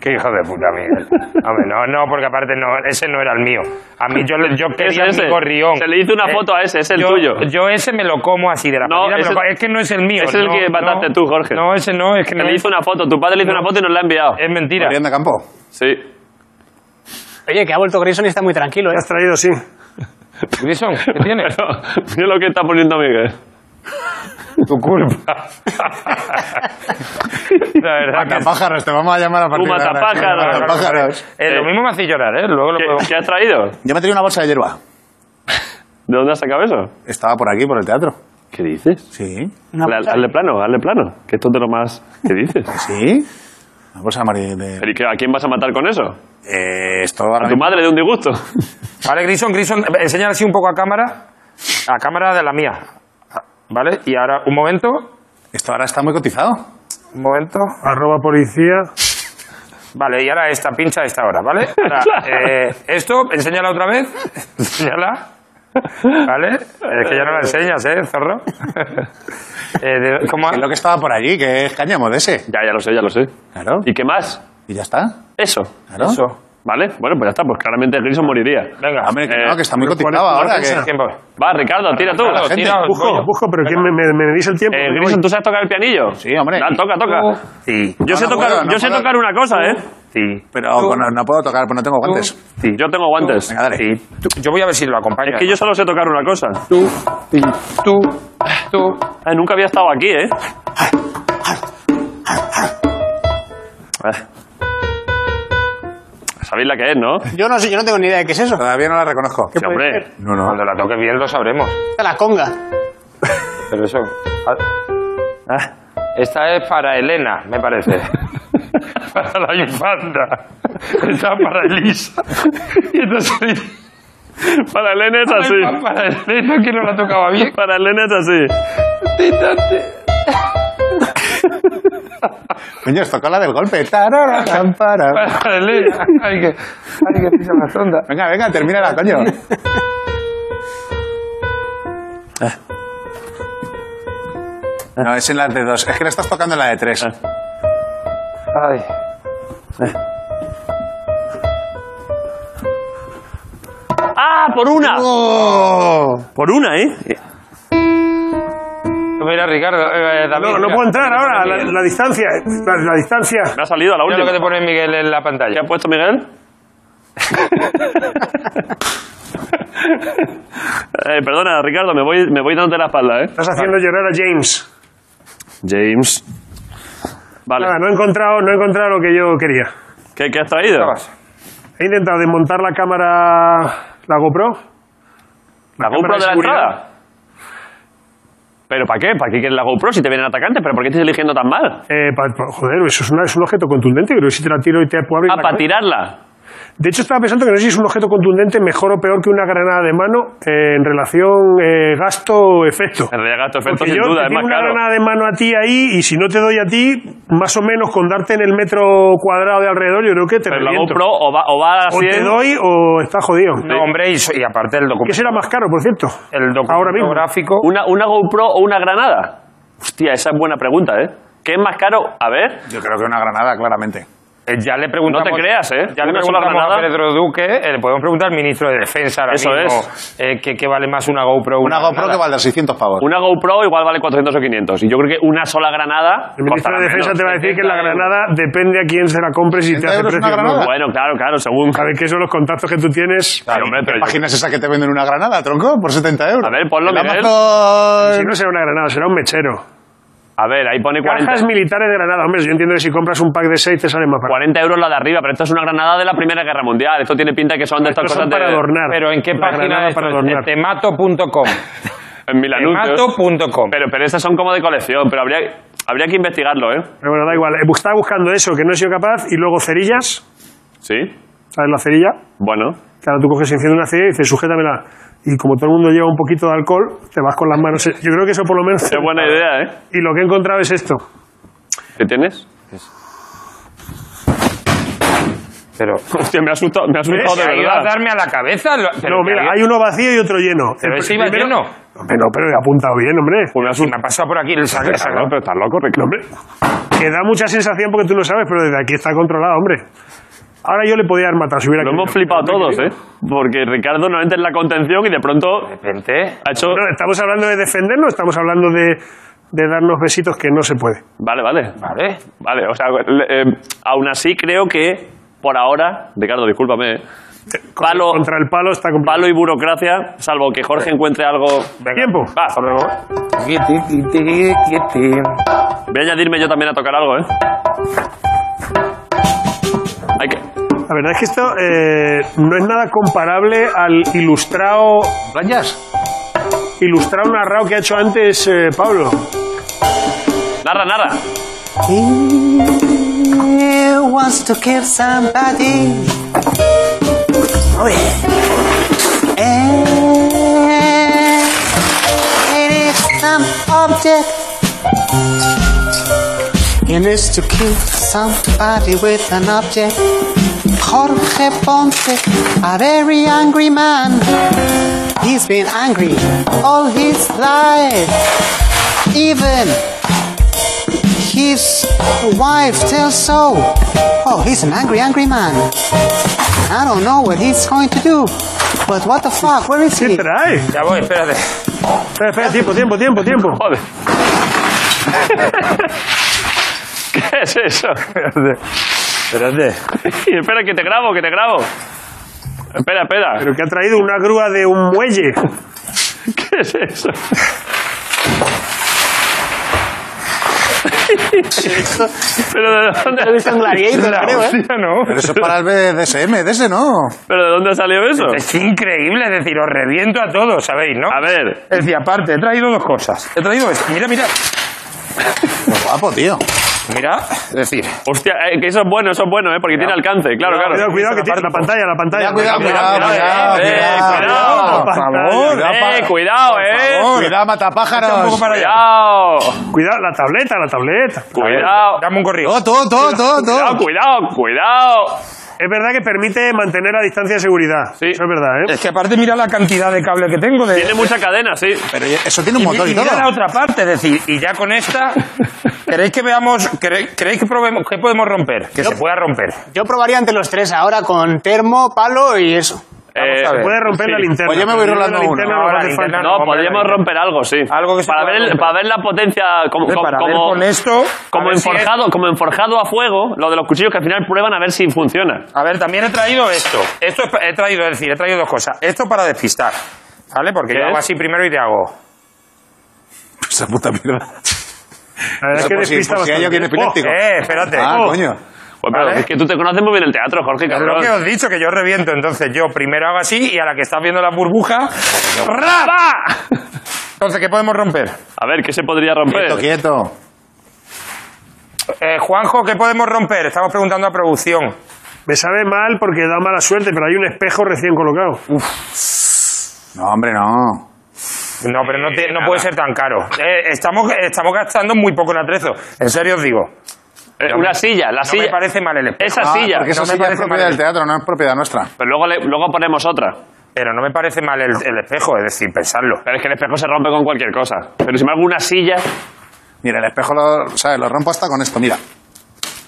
S3: Qué hijo de puta, Miguel. Hombre, no, no, porque aparte no, ese no era el mío. A mí
S2: [laughs]
S3: yo, le- yo quería
S2: ese.
S3: mi gorrión. Eh,
S2: Se le hizo una foto a ese, es el
S3: yo,
S2: tuyo.
S3: Yo ese me lo como así de la
S2: No,
S3: comida, me
S2: ese-
S3: lo co- es que no es el mío.
S2: ese es el
S3: no,
S2: que mataste
S3: no.
S2: tú, Jorge.
S3: No, ese no, es que
S2: Se
S3: no
S2: le
S3: es,
S2: hizo una foto, tu padre le hizo una foto y nos la ha enviado.
S3: es mentira.
S4: Orión de campo.
S2: Sí. [laughs]
S5: Oye, que ha vuelto Grison y está muy tranquilo,
S6: Te [laughs]
S5: ¿eh?
S6: has traído, sí.
S3: Grison, ¿qué
S2: [laughs]
S3: tienes?
S2: Pero, mira lo que está poniendo Miguel. [laughs]
S3: tu culpa. la verdad que...
S4: Matapájaros, te vamos a llamar a partir
S2: Tú
S4: de ahora.
S2: matapájaros.
S4: Matapájaros.
S3: Eh, lo mismo me hace llorar, ¿eh? Luego lo
S2: ¿Qué,
S3: puedo...
S2: qué has traído?
S4: Yo me tenía una bolsa de hierba.
S2: ¿De dónde has sacado eso?
S4: Estaba por aquí, por el teatro.
S2: ¿Qué dices?
S4: Sí.
S5: Una
S2: Hazle,
S5: bolsa-
S2: hazle plano, hazle plano. Que esto es de lo más... ¿Qué dices?
S4: [laughs] Sí. Una bolsa amarilla de...
S2: Pero, ¿y qué- ¿A quién vas a matar con eso?
S4: Eh, esto
S2: ¿A
S4: ahora
S2: tu
S4: mismo-
S2: madre de un disgusto?
S3: Vale, Grison, Grison, enseña así un poco a cámara. A cámara de la mía. ¿Vale? Y ahora, un momento,
S4: Esto ahora está muy cotizado.
S3: un momento.
S6: Arroba policía.
S3: Vale, y ahora esta pincha a esta hora, ¿vale? [laughs] Ahora, eh, esto, enséñala otra vez. [laughs] Enséñala. ¿Vale? Es que ya no la enseñas, ¿eh, zorro? [laughs] Eh, de- ¿cómo ha-
S4: Es lo que estaba por allí, que es cáñamo de ese.
S2: ya, ya lo sé, ya lo sé.
S4: Claro.
S2: ¿Y qué más?
S4: Y ya está.
S2: Eso.
S4: Claro.
S3: Eso.
S2: ¿Vale? Bueno, pues ya está. Pues claramente Grison moriría.
S3: Venga.
S4: Hombre, que
S2: Eh, pues,
S4: no, que está muy
S6: ¿cuál es
S4: cotizado
S6: tu
S4: ahora.
S6: defensa?
S4: que-
S3: Tiempo.
S2: Va, Ricardo, tira tú.
S4: Ricardo,
S2: Eh,
S4: gente.
S3: Tira,
S6: Busco,
S3: coño.
S6: busco, pero ¿quién me, me, me medís el tiempo? Me
S2: Grison,
S6: voy.
S2: ¿tú sabes tocar el pianillo?
S4: Sí, hombre.
S2: Dale, toca, toca.
S3: Sí.
S2: Yo
S4: No,
S2: sé
S4: no
S2: tocar,
S4: puedo, no
S2: yo sé
S4: puedo.
S2: tocar una cosa, ¿eh?
S3: Sí.
S4: Pero con- no puedo tocar, porque no tengo guantes.
S2: Sí. ¿eh? Yo tengo guantes.
S4: Venga, dale.
S3: Sí. Tú- Yo voy a ver si lo acompaño.
S2: Es que yo solo sé tocar una cosa.
S3: Tú, tú, tú.
S2: Ay, nunca había estado aquí, ¿eh? Eh. Sabéis la que es, ¿no?
S5: Yo no sé, yo no tengo ni idea de qué es eso.
S4: Todavía no la reconozco.
S2: Sí, hombre.
S4: No, no.
S3: Cuando la toques bien lo sabremos.
S5: Esta es la conga.
S2: [laughs]
S3: Pero eso...
S2: Ah.
S3: Esta es para Elena, me parece. para la infanta. Esta es para Elisa. Y entonces...
S2: Para Elena es
S3: Ay,
S2: así.
S3: Para Elena, que no la tocaba bien.
S2: Para Elena es así.
S4: Coño, os tocó la del golpe. Tarararán, para.
S3: Para [laughs] Elena. Hay que, hay que pisar la sonda.
S4: Venga, venga, termina la coño. Ah. No, es en las de dos. Es que la estás tocando en la de tres.
S3: Ay.
S2: ¡Ah, por una!
S4: Oh.
S2: Por una, ¿eh?
S3: Mira, Ricardo, eh, David.
S6: No, no
S3: mira,
S6: puedo entrar
S3: mira lo que
S6: ahora.
S3: te
S6: La,
S3: pone Miguel.
S6: la distancia. La, la distancia.
S2: Me ha salido a la
S3: Mira lo
S2: última.
S3: que te pone Miguel en la pantalla.
S2: ¿Qué ha puesto
S6: [laughs]
S2: Miguel? Eh, perdona, Ricardo, me voy, me voy dando la espalda, ¿eh?
S6: Estás haciendo llorar a James.
S2: James. Vale.
S6: Nada, no he encontrado, no he encontrado lo que yo quería.
S2: ¿Qué, qué has traído?
S6: He intentado desmontar la cámara, la GoPro.
S2: ¿La
S6: cámara
S2: GoPro
S6: de
S2: de la
S6: seguridad.
S2: entrada? ¿Pero para qué? ¿Para qué quieres la GoPro si te vienen atacantes? ¿Pero por qué estás eligiendo tan mal?
S6: Eh, pa- pa- joder, eso es, una- es un objeto contundente. Creo que si te la tiro y te puedo abrir
S2: Ah,
S6: la
S2: para
S6: cabeza.
S2: tirarla.
S6: De hecho, estaba pensando que no sé si es un objeto contundente mejor o peor que una granada de mano eh, en relación eh, gasto-efecto.
S2: En realidad gasto efecto
S6: Porque
S2: sin
S6: yo
S2: duda,
S6: te
S2: es
S6: tiro
S2: más
S6: una
S2: caro.
S6: granada de mano a ti ahí y si no te doy a ti, más o menos con darte en el metro cuadrado de alrededor, yo creo que te
S2: Pero la
S6: reviento.
S2: GoPro o va, o va a la
S6: O te
S2: 100,
S6: doy o está jodido.
S3: No, hombre, y, so- y aparte el
S6: Que
S3: documento,
S6: será más caro, por cierto.
S3: el
S6: Ahora
S3: documento
S6: mismo.
S3: gráfico.
S2: una, una GoPro o una granada. Hostia, esa es buena pregunta, ¿eh? ¿Qué es más caro? A ver,
S4: Yo creo que una granada, claramente.
S3: Eh, Ya le preguntamos.
S2: No te creas, ¿eh?
S3: Ya le
S2: Una sola
S3: preguntamos a
S2: granada.
S3: Pedro Duque, eh, le podemos preguntar al ministro de Defensa ahora
S2: Eso
S3: mismo,
S2: es.
S3: eh, que, que vale más una GoPro o
S4: Una GoPro
S3: granada.
S4: que vale 600 pavos.
S2: una GoPro igual vale 400 o 500. Y yo creo que una sola granada.
S6: El ministro
S2: costará
S6: de Defensa
S2: menos.
S6: te va a decir que la granada depende a quién se la compres y te
S4: 60
S6: hace
S4: euros
S6: precio.
S4: una granada.
S6: ¿no?
S2: Bueno, claro, claro, según.
S6: A ver, que son los contactos que tú tienes.
S4: Claro,
S2: hombre,
S4: ¿qué
S2: pero yo-
S4: página es esa que te venden una granada, tronco? Por 70 euros.
S2: A ver, ponlo,
S4: El
S2: Miguel.
S4: Amazon-
S6: Si no será una granada, será un mechero.
S2: A ver, ahí pone 40,
S6: Cajas militares de granada. Hombre, yo entiendo que si compras un pack de 6 te sale más barato.
S2: 40 euros la de arriba, pero esto es una granada de la Primera Guerra Mundial. Esto tiene pinta que son de estas
S6: Estos
S2: cosas
S6: son para
S2: de.
S6: adornar.
S3: Pero ¿en qué
S6: La
S3: página
S6: granada
S3: es?
S6: para
S3: Eh,
S6: adornar.
S2: [laughs]
S3: Temato.com.
S2: En mil anuncios.
S3: Temato.com.
S2: Pero, pero estas son como de colección, pero habría, habría que investigarlo, ¿eh?
S6: Pero bueno, da igual. Eh, Estaba buscando eso, que no he sido capaz. Y luego cerillas.
S2: Sí.
S6: ¿Sabes la cerilla?
S2: Bueno.
S6: Claro, tú coges, enciende una cerilla y dices, sujétamela. Y como todo el mundo lleva un poquito de alcohol, te vas con las manos. Eh, Yo creo que eso por lo menos.
S2: Qué buena idea, ¿eh?
S6: Y lo que he encontrado es esto.
S2: ¿Qué tienes?
S3: Pero,
S2: Hostia, me ha asustado, me ha asustado
S3: Se
S2: de
S3: ha ido a
S2: verdad.
S3: darme a la cabeza. lo- pero
S6: no,
S3: que
S6: mira,
S3: había-
S6: hay uno vacío y otro lleno.
S3: Pero
S6: El
S3: ese iba
S6: primero-
S3: lleno.
S6: Hombre, no, pero he apuntado bien, hombre.
S2: Pues me ha
S3: Si me ha
S2: asustado.
S3: pasado por aquí el sangre.
S2: Claro, pero estás loco,
S6: No,
S2: Ricardo.
S6: hombre.
S3: Pues-
S6: Que da mucha sensación porque tú lo sabes, pero desde aquí está controlado, hombre. Ahora yo le podía haber matado si hubiera
S2: Lo
S6: querido.
S2: hemos flipado todos, ¿eh? Porque Ricardo no entra en la contención y de pronto
S3: De repente.
S2: ha hecho...
S6: No, estamos hablando de defendernos, estamos hablando de, de darnos besitos que no se puede.
S2: Vale, vale.
S3: Vale.
S2: Vale, o sea, le- eh, aún así creo que por ahora, Ricardo, discúlpame, ¿eh? palo,
S6: Contra el palo está complicado.
S2: palo y burocracia, salvo que Jorge encuentre algo...
S6: Tiempo.
S2: Va, hasta luego. Voy a añadirme yo también a tocar algo, ¿eh? Hay que...
S6: La verdad es que esto eh, no es nada comparable al ilustrado,
S4: ¿Rayas?
S6: ilustrado narrado que ha hecho antes eh, Pablo.
S2: Narra, narra.
S7: He wants to kill somebody. Oh Eh, yeah. And it is some object. He needs to kill somebody with an object. Jorge Ponce, a very angry man. He's been angry all his life. Even his wife tells so. Oh, he's an angry, angry man. I don't know what he's going to do. But what the fuck? Where is
S6: ¿Qué
S7: he?
S6: trae?
S3: Ya voy, espérate.
S6: Espera, espera, tiempo, tiempo, tiempo, tiempo.
S2: Joder. [laughs] ¿Qué es eso?
S3: Espérate.
S2: Y espera, que te grabo, que te grabo. Espera, espera.
S6: Pero que ha traído una grúa de un muelle.
S2: ¿Qué es eso? ¿Pero de dónde,
S3: Hostia, no.
S4: Pero eso es para el BDSM, de ese no.
S2: ¿Pero de dónde ha salido eso?
S3: Es increíble, es decir, os reviento a todos, ¿sabéis, no?
S2: A ver,
S3: Es decir, aparte, he traído dos cosas. He traído esto. Mira, mira.
S4: Pues guapo, tío.
S3: Mira, es decir,
S2: hostia, eh, que eso es bueno, eso es bueno, ¿eh? Porque tiene alcance, claro,
S6: Cuidado,
S2: claro.
S6: cuidado, que tiene la pantalla, la pantalla.
S4: Cuidado, cuidado,
S2: cuidado,
S4: cuidado,
S2: eh, eh,
S4: cuidado,
S2: cuidado,
S4: cuidado.
S6: Por
S4: favor.
S2: Eh, cuidado, eh.
S4: Cuidado, matapájaros.
S3: un poco para allá.
S2: Cuidado,
S6: Cuidado, la tableta, la tableta.
S2: cuidado,
S3: Dame un corrido.
S4: Todo, todo, todo, todo,
S2: cuidado,
S4: todo.
S2: cuidado, cuidado.
S6: Es verdad que permite mantener la distancia de seguridad.
S2: Sí.
S6: Eso es verdad, ¿eh?
S3: Es que aparte mira la cantidad de cable que tengo. De,
S2: Tiene mucha cadena, sí.
S4: Pero eso tiene un motor
S3: y
S4: y
S3: mira
S4: todo.
S3: la otra parte, es decir, y ya con esta, ¿queréis que veamos, quere- creéis que, probemos, que podemos romper? Que se pueda romper.
S5: Yo probaría ante los tres ahora con termo, palo y eso.
S2: Eh,
S3: a ver.
S6: Puede romper
S2: sí.
S6: la linterna.
S4: Pues yo me voy
S6: pero
S4: rolando
S6: la linterna
S3: una.
S6: no
S3: Ahora
S6: hace
S3: la
S6: falta.
S3: linterna
S2: No, podríamos romper algo, sí.
S3: Algo que se
S2: para,
S3: pueda
S2: ver el-
S3: romper.
S2: para ver la potencia, como, como,
S3: Para ver
S2: como-
S3: con esto... a
S2: como
S3: ver si es-
S2: enforjado, como enforjado a fuego, lo de los cuchillos que al final prueban a ver si funciona.
S3: A ver, también he traído esto. Esto es pa- he traído, es decir, he traído dos cosas. Esto para despistar, ¿vale? Porque
S2: ¿Qué
S3: yo hago
S2: es?
S3: así primero y te hago...
S4: Esa puta [laughs] mierda.
S6: La verdad es que
S4: Por si-
S6: despista
S4: por si hay
S6: bastante.
S4: alguien epiléptico.
S3: Eh, espérate.
S4: Ah,
S3: Oh.
S4: coño.
S2: Pues, pero
S3: Vale.
S2: es que tú te conoces muy bien el teatro, Jorge,
S3: Es lo
S2: cabrón.
S3: que os he dicho, que yo reviento. Entonces yo primero hago así y a la que estás viendo la burbuja... ¡Rapa! Entonces, ¿qué podemos romper?
S2: A ver, ¿qué se podría romper?
S4: Quieto, quieto.
S3: Eh, Juanjo, ¿qué podemos romper? Estamos preguntando a producción.
S6: Me sabe mal porque da mala suerte, pero hay un espejo recién colocado.
S4: No, hombre, no.
S3: No, pero no, te- no puede ser tan caro. Eh, estamos, estamos gastando muy poco en atrezo. En serio os digo.
S2: Eh, una silla, la
S3: No
S2: silla.
S3: me parece mal el espejo.
S2: Esa
S4: Ah,
S2: silla.
S4: Porque esa
S3: no me
S4: silla es
S3: parece
S4: propiedad
S3: mal.
S4: del teatro, no es propiedad nuestra.
S2: Pero luego, le- luego ponemos otra.
S3: Pero no me parece mal el, el espejo, es decir, pensarlo.
S2: Pero es que el espejo se rompe con cualquier cosa. Pero sin embargo, una silla. [laughs]
S4: Mira, el espejo lo, ¿sabes? lo rompo hasta con esto, mira.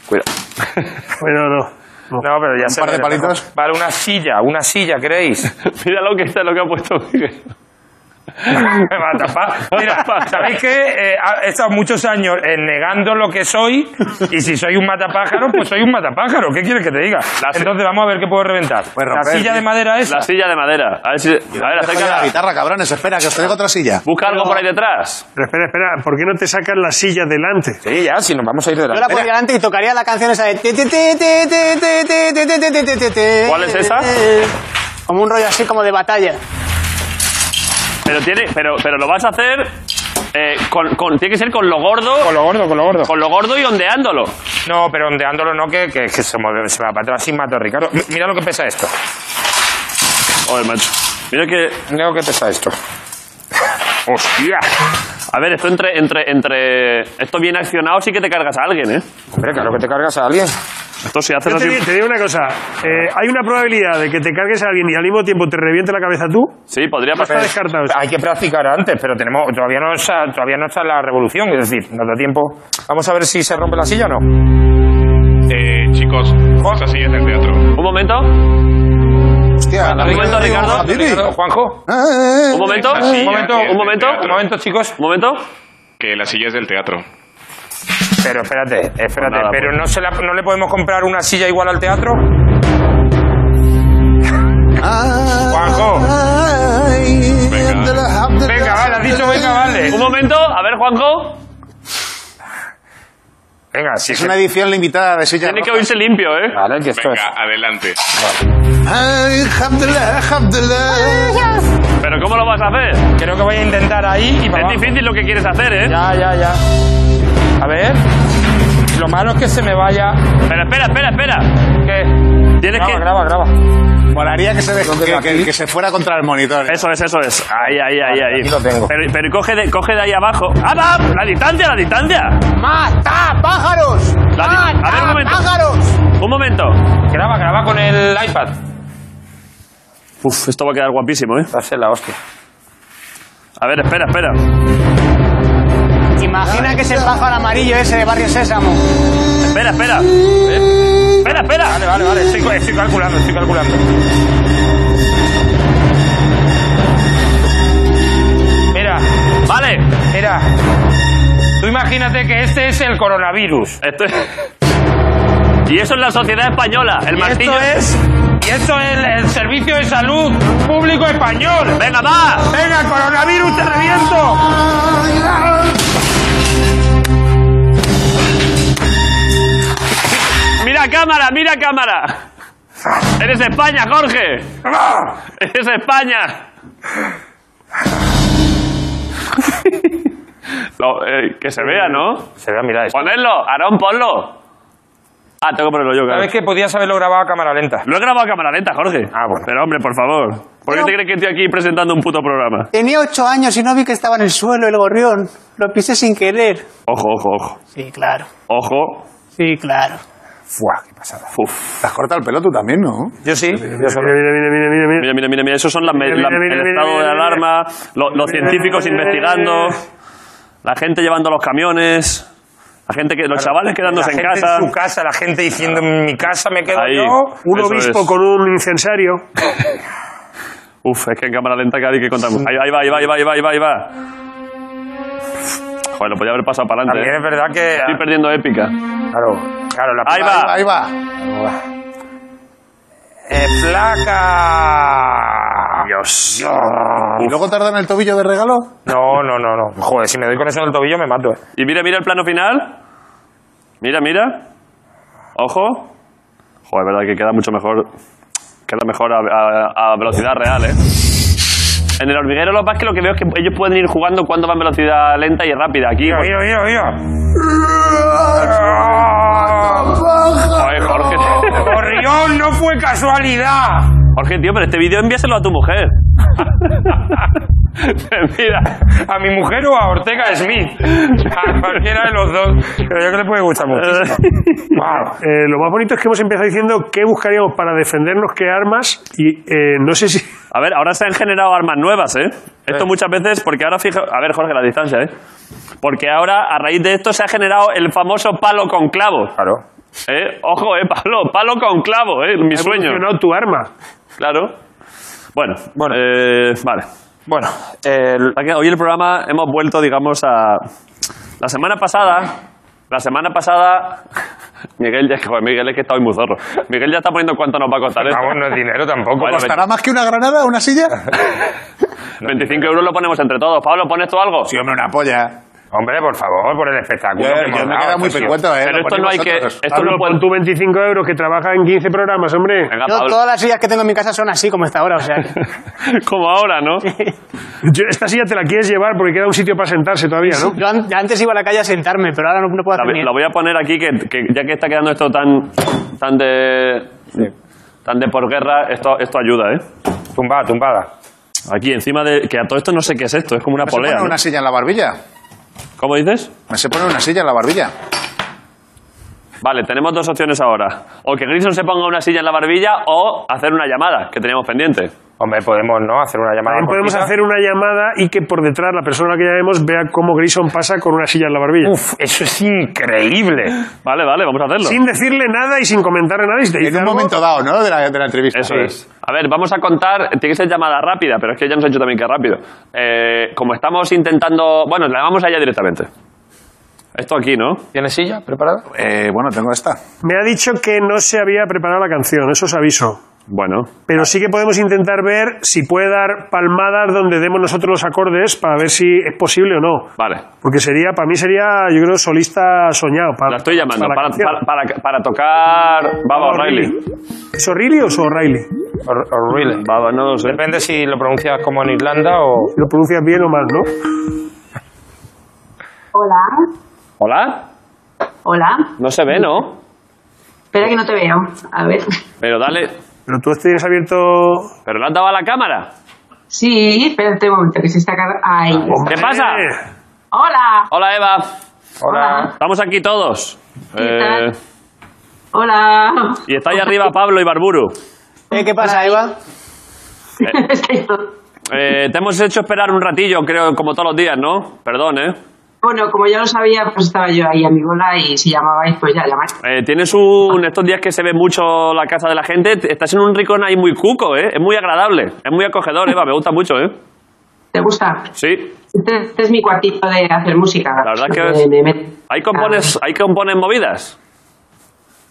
S2: Cuidado.
S6: Bueno, no.
S3: No, pero ya
S4: ¿Un
S3: sé
S4: par de
S3: el espejo.
S4: palitos?
S3: Vale, una silla, una silla, ¿creéis?
S2: Mira lo que, está, lo que ha puesto Miguel.
S3: me va a tapar. Mira, ¿sabéis que he estado muchos años eh, negando lo que soy? Y si soy un matapájaro, pues soy un matapájaro. ¿Qué quieres que te diga?
S2: si-
S3: Entonces vamos a ver qué puedo reventar.
S4: Pues
S3: la
S4: romper,
S3: silla de
S4: tío.
S3: madera esa.
S2: La silla de madera. A ver, si, a ver
S4: Dejo ya la
S2: acércala.
S4: guitarra, cabrones. Espera, que os traigo otra silla.
S2: Busca algo por ahí detrás.
S6: Pero espera, espera, ¿por qué no te sacan la silla delante?
S3: Sí, ya, si nos vamos a ir de
S5: Yo la pondría delante y tocaría la canción esa de... ti, ti, ti, ti, ti, ti, ti, ti, ti, ti, ti, ti, ti.
S2: ¿Cuál es esa?
S5: Como un rollo así como de batalla.
S2: Pero, tiene, pero, pero lo vas a hacer. eh, con, con- tiene que ser con lo gordo.
S3: Con lo gordo, con lo gordo.
S2: Con lo gordo y ondeándolo.
S3: No, pero ondeándolo no, que, que, que se, mueve, se va para atrás y mato a Ricardo. Mi- Mira lo que pesa esto.
S2: Joder, macho. Mira que.
S3: Mira lo que pesa esto. ¡Hostia!
S2: A ver, esto entre, entre, entre. Esto bien accionado sí que te cargas a alguien, ¿eh?
S3: Hombre, claro que te cargas a alguien.
S2: Esto si haces
S6: Yo te,
S2: así.
S6: di- te digo una cosa, eh, hay una probabilidad de que te cargues a alguien y al mismo tiempo te reviente la cabeza tú,
S2: Sí, podría
S6: está
S3: Pues,
S2: pasar.
S6: descartado. eso.
S3: Hay que practicar antes, pero tenemos todavía no está, todavía no está la revolución, es decir, nos da tiempo. Vamos a ver si se rompe la silla o no.
S8: Eh, chicos, cosa así en el teatro.
S2: Un momento.
S4: Hostia,
S2: Un momento, Ricardo.
S3: Ricardo, Juanjo,
S2: Un momento.
S8: La silla
S2: Un momento.
S8: y el
S2: Un momento.
S8: teatro.
S3: un momento, chicos.
S2: Un momento.
S8: Que la silla es del teatro.
S3: Pero espérate, espérate,
S2: nada,
S3: pero
S2: pues.
S3: no, se la- no le podemos comprar una silla igual al teatro. Juanjo, venga, vale, has dicho venga, vale.
S2: Un momento. A ver, Juanjo.
S3: Venga, si
S4: Es una edición limitada de silla.
S2: Tiene que
S4: roja.
S2: oírse limpio, ¿eh?
S3: Vale, que esto es.
S8: Venga, adelante.
S4: Ay, Abdullah, Abdullah.
S2: Pero ¿cómo lo vas a hacer?
S3: Creo que voy a intentar ahí y para
S2: Es
S3: abajo.
S2: difícil lo que quieres hacer, ¿eh?
S3: Ya, ya, ya. A ver. Lo malo es que se me vaya.
S2: Pero espera, espera, espera.
S3: ¿Qué?
S2: Tienes
S3: graba,
S2: que-
S3: graba, graba.
S4: Molaría que se, de- que, que- que se fuera contra el monitor.
S2: Eso es, eso es. Ahí, ahí, ahí, ahí.
S3: aquí lo tengo.
S2: Pero, pero coge, de, coge de ahí abajo. ¡Ah, va! ¡La distancia, la distancia!
S5: ¡Mata pájaros!
S2: La di- a ver, un
S5: ¡Mata
S2: momento.
S5: pájaros!
S2: Un momento.
S3: Graba, graba con el iPad.
S2: Uf, esto va a quedar guapísimo, ¿eh?
S3: Va a ser la hostia.
S2: A ver, espera, espera.
S5: Imagina que es el pájaro amarillo ese de Barrio Sésamo.
S2: Espera, espera. Espera, espera.
S3: Vale, vale, vale. Estoy, co- estoy calculando, estoy calculando. Mira,
S2: Vale.
S3: mira. Tú imagínate que este es el coronavirus.
S2: Esto Y eso es la sociedad española. El
S3: Y
S2: martillo.
S3: esto es. Y esto es el, el servicio de salud público español.
S2: ¡Venga, va!
S3: ¡Venga, coronavirus, te reviento!
S2: ¡Mira cámara, mira cámara! ¡Eres España, Jorge! ¡Eres España! No, eh, que se vea, ¿no?
S3: Se vea, mira esto.
S2: Ponedlo, Aarón, ponlo. Ah, tengo que ponerlo yo, claro.
S3: ¿Sabes que podías haberlo grabado a cámara lenta?
S2: Lo he grabado a cámara lenta, Jorge.
S3: Ah, bueno.
S2: Pero hombre, por favor. ¿Por qué te crees que estoy aquí presentando un puto programa?
S7: Tenía ocho años y no vi que estaba en el suelo el gorrión. Lo pisé sin querer.
S2: Ojo, ojo, ojo.
S7: Sí, claro.
S2: Ojo.
S7: Sí, claro.
S4: Fuah, qué pasada.
S2: Uf.
S4: Te has cortado el pelo tú también, ¿no?
S3: Yo sí.
S6: Mira, mira, mira, mira, mira, mira.
S2: Mira, mira, mira, mira. Esos son las me-
S6: Mira,
S2: la-
S6: mira, mira,
S2: el
S6: mira,
S2: estado
S6: mira,
S2: de
S6: mira.
S2: alarma, lo- los
S6: Mira,
S2: científicos
S6: mira, mira,
S2: investigando,
S6: mira.
S2: la gente llevando los camiones, la gente que, los chavales
S3: La
S2: quedándose en
S3: gente
S2: casa.
S3: En su casa, la gente diciendo en mi casa me quedo
S2: Ahí.
S3: yo.
S6: Un
S2: Eso
S6: obispo
S2: es.
S6: con un incensario.
S2: Uf, es que en cámara lenta cada vez que contamos. Ahí, ahí va, ahí va, ahí va, ahí va, ahí va, ahí va. Joder, lo podía haber pasado para adelante.
S3: También
S2: ¿eh?
S3: es verdad que.
S2: Estoy perdiendo épica.
S3: Claro, claro, la
S2: Ahí va.
S4: Ahí va.
S3: Eh, flaca. Dios.
S4: ¿Y luego te has dado en el tobillo de regalo?
S3: No, no, no, no. Joder, si me doy con eso en el tobillo me mato. eh.
S2: Y mira, mira el plano final. Mira, mira. Ojo. Joder, verdad que queda mucho mejor. Queda mejor a, a- a velocidad real, ¿eh? En el hormiguero lo más que lo que veo es que ellos pueden ir jugando cuando van velocidad lenta y rápida. Aquí,
S3: Mira,
S2: pues,
S3: mira, mira, mira.
S2: joder, Jorge.
S3: Corrión ¡Oh! no fue casualidad.
S2: Jorge, tío, pero este vídeo envíaselo a tu mujer. [laughs] Pues mira.
S3: A mi mujer o a Ortega Smith. A cualquiera de los dos. Pero yo creo que le puede
S2: [laughs]
S3: gustar muchísimo. Wow.
S6: Eh, lo más bonito es que hemos empezado diciendo qué buscaríamos para defendernos, qué armas, y eh, no sé si... [laughs]
S2: A ver, ahora se han generado armas nuevas, ¿eh? Esto muchas veces, porque ahora fija. A ver, Jorge, la distancia, ¿eh? Porque ahora, a raíz de esto, se ha generado el famoso palo con clavo.
S3: Claro.
S2: ¿Eh? Ojo, ¿eh, Pablo? Palo con clavo, ¿eh? Mi sueño.
S6: funcionado tu arma.
S2: Claro. Bueno,
S3: Bueno.
S2: eh, vale.
S3: Bueno, el-
S2: Aquí, Hoy el programa hemos vuelto, digamos, a. La semana pasada. La semana pasada. [laughs] Miguel ya. Joder, Miguel es que está hoy muy zorro. Miguel ya está poniendo cuánto nos va a costar ¿eh? esto.
S3: vamos, no es dinero tampoco.
S2: Bueno,
S3: Costa-
S4: ¿Costará más que una granada, una silla?
S2: 25 euros lo ponemos entre todos. Pablo, ¿pones tú algo?
S4: [laughs] Sí, hombre, una polla.
S3: Hombre, por favor, por el espectáculo.
S4: Yo,
S3: que
S4: yo
S3: hemos
S4: me
S3: dado, pues
S4: queda muy
S3: tío.
S4: pecueto, ¿eh?
S2: Pero
S4: Lo
S2: esto no hay
S4: ponéis
S2: que.
S4: vosotros.
S2: Esto no
S6: Pablo,
S2: puede.
S6: pon tu 25 euros que trabaja en 15 programas, hombre.
S2: Venga,
S5: Yo
S2: Pablo.
S5: todas las sillas que tengo en mi casa son así como está ahora, o
S2: [laughs]
S5: sea. que-
S2: Como ahora, ¿no?
S6: Yo- esta silla te la quieres llevar porque queda un sitio para sentarse todavía, ¿no?
S5: Yo an- antes iba a la calle a sentarme, pero ahora no, no puedo
S2: La,
S5: hacer
S2: voy-
S5: ni-
S2: la voy a poner aquí, que, que ya que está quedando esto tan, tan de. Tan de por guerra, esto, esto ayuda, ¿eh?
S3: Tumbada, tumbada.
S2: Aquí encima de. Que a todo esto no sé qué es esto, es como una
S4: ¿Me se
S2: polea.
S4: pone
S2: ¿no?
S4: una silla en la barbilla?
S2: ¿Cómo dices?
S4: ¿Me se pone una silla en la barbilla?
S2: Vale, tenemos dos opciones ahora. O que Grison se ponga una silla en la barbilla o hacer una llamada que teníamos pendiente.
S3: Hombre, podemos, ¿no? Hacer una llamada.
S6: También podemos
S3: cortita.
S6: hacer una llamada y que por detrás la persona que llamemos vea cómo Grison pasa con una silla en la barbilla.
S3: Uf, eso es increíble.
S2: Vale, vale, vamos a hacerlo.
S6: Sin decirle nada y sin comentarle nada. Y si te
S4: En
S6: dice
S4: un
S6: algo,
S4: momento dado, ¿no? De la, de la entrevista.
S2: Eso es. A ver, vamos a contar. Tiene que ser llamada rápida, pero es que ya nos ha hecho también que rápido. Eh, como estamos intentando. Bueno, la llamamos a ella directamente. Esto aquí, ¿no?
S3: ¿Tienes silla preparada?
S4: Eh, bueno, tengo esta.
S6: Me ha dicho que no se había preparado la canción, eso os aviso.
S2: Bueno.
S6: Pero sí que podemos intentar ver si puede dar palmadas donde demos nosotros los acordes para ver si es posible o no.
S2: Vale.
S6: Porque sería, para mí sería, yo creo, solista soñado. Para,
S2: La estoy llamando
S6: la
S2: para,
S6: canción.
S2: para, para- para tocar Baba O'Reilly.
S6: ¿Es O'Reilly o es O'Reilly?
S3: Horrible.
S2: Baba, no lo sé.
S3: Depende si lo pronuncias como en Irlanda o.
S6: Lo pronuncias bien o mal, ¿no?
S9: Hola,
S2: ¿Hola?
S9: hola.
S2: No se ve, ¿no?
S9: Espera que no te veo. A ver.
S2: Pero dale.
S6: Pero tú tienes abierto...
S2: ¿Pero le has dado a la cámara?
S9: Sí, espérate un momento que se está cargando.
S2: Ah,
S9: Ahí.
S2: ¿Qué pasa?
S6: Eh,
S9: Hola,
S2: Hola, Eva.
S3: Hola.
S2: Estamos aquí todos.
S9: ¿Qué
S2: Eh,
S9: tal? hola.
S2: y está ahí arriba Pablo y Barburu.
S5: Eh, ¿Qué pasa, Eva?
S9: [laughs] Estáis todos-
S2: Eh, te hemos hecho esperar un ratillo, creo, como todos los días, ¿no? Perdón, ¿eh?
S9: Bueno, como ya lo sabía, pues estaba yo ahí a mi bola y si llamabais, pues ya llamáis.
S2: Eh, Tienes un... Estos días que se ve mucho la casa de la gente, t- estás en un rincón ahí muy cuco, ¿eh? Es muy agradable, es muy acogedor, Eva, me gusta mucho, ¿eh?
S9: ¿Te gusta?
S2: Sí.
S9: Este, este es mi cuartito de hacer música.
S2: La verdad que
S9: Me-
S2: es-
S9: me meto.
S2: ¿Ahí compones, ahí compones movidas?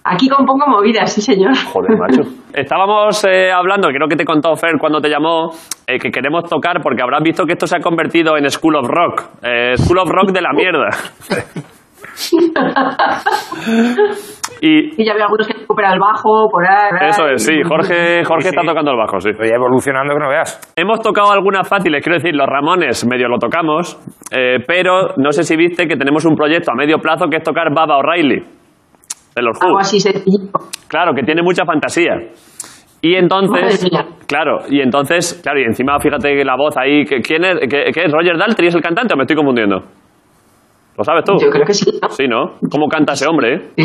S9: Aquí compongo movidas, sí, señor.
S2: Joder, macho. Estábamos eh, hablando, creo que te contó Fer cuando te llamó, eh, que queremos tocar porque habrás visto que esto se ha convertido en School of Rock. Eh, School of Rock de la mierda. y
S9: [laughs] Y ya veo algunos que recuperan el bajo, por ahí. por ahí.
S2: eso es, sí, Jorge, Jorge
S3: Sí, sí.
S2: está tocando el bajo, sí.
S3: Voy evolucionando que no veas.
S2: Hemos tocado algunas fáciles, quiero decir, los Ramones medio lo tocamos, eh, pero no sé si viste que tenemos un proyecto a medio plazo que es tocar Baba O'Reilly. De los Who.
S9: Ah, Algo así sencillito.
S2: Claro, que tiene mucha fantasía. Y entonces,
S9: Madre mía.
S2: claro, y entonces, claro, y encima fíjate que la voz ahí, que- ¿quién es? ¿Qué, qué es? ¿Roger Daltrey es el cantante o me estoy confundiendo? ¿Lo sabes tú?
S9: Yo creo que sí, ¿no?
S2: Sí, ¿no? ¿Cómo canta ese hombre?
S9: [laughs]
S2: eh?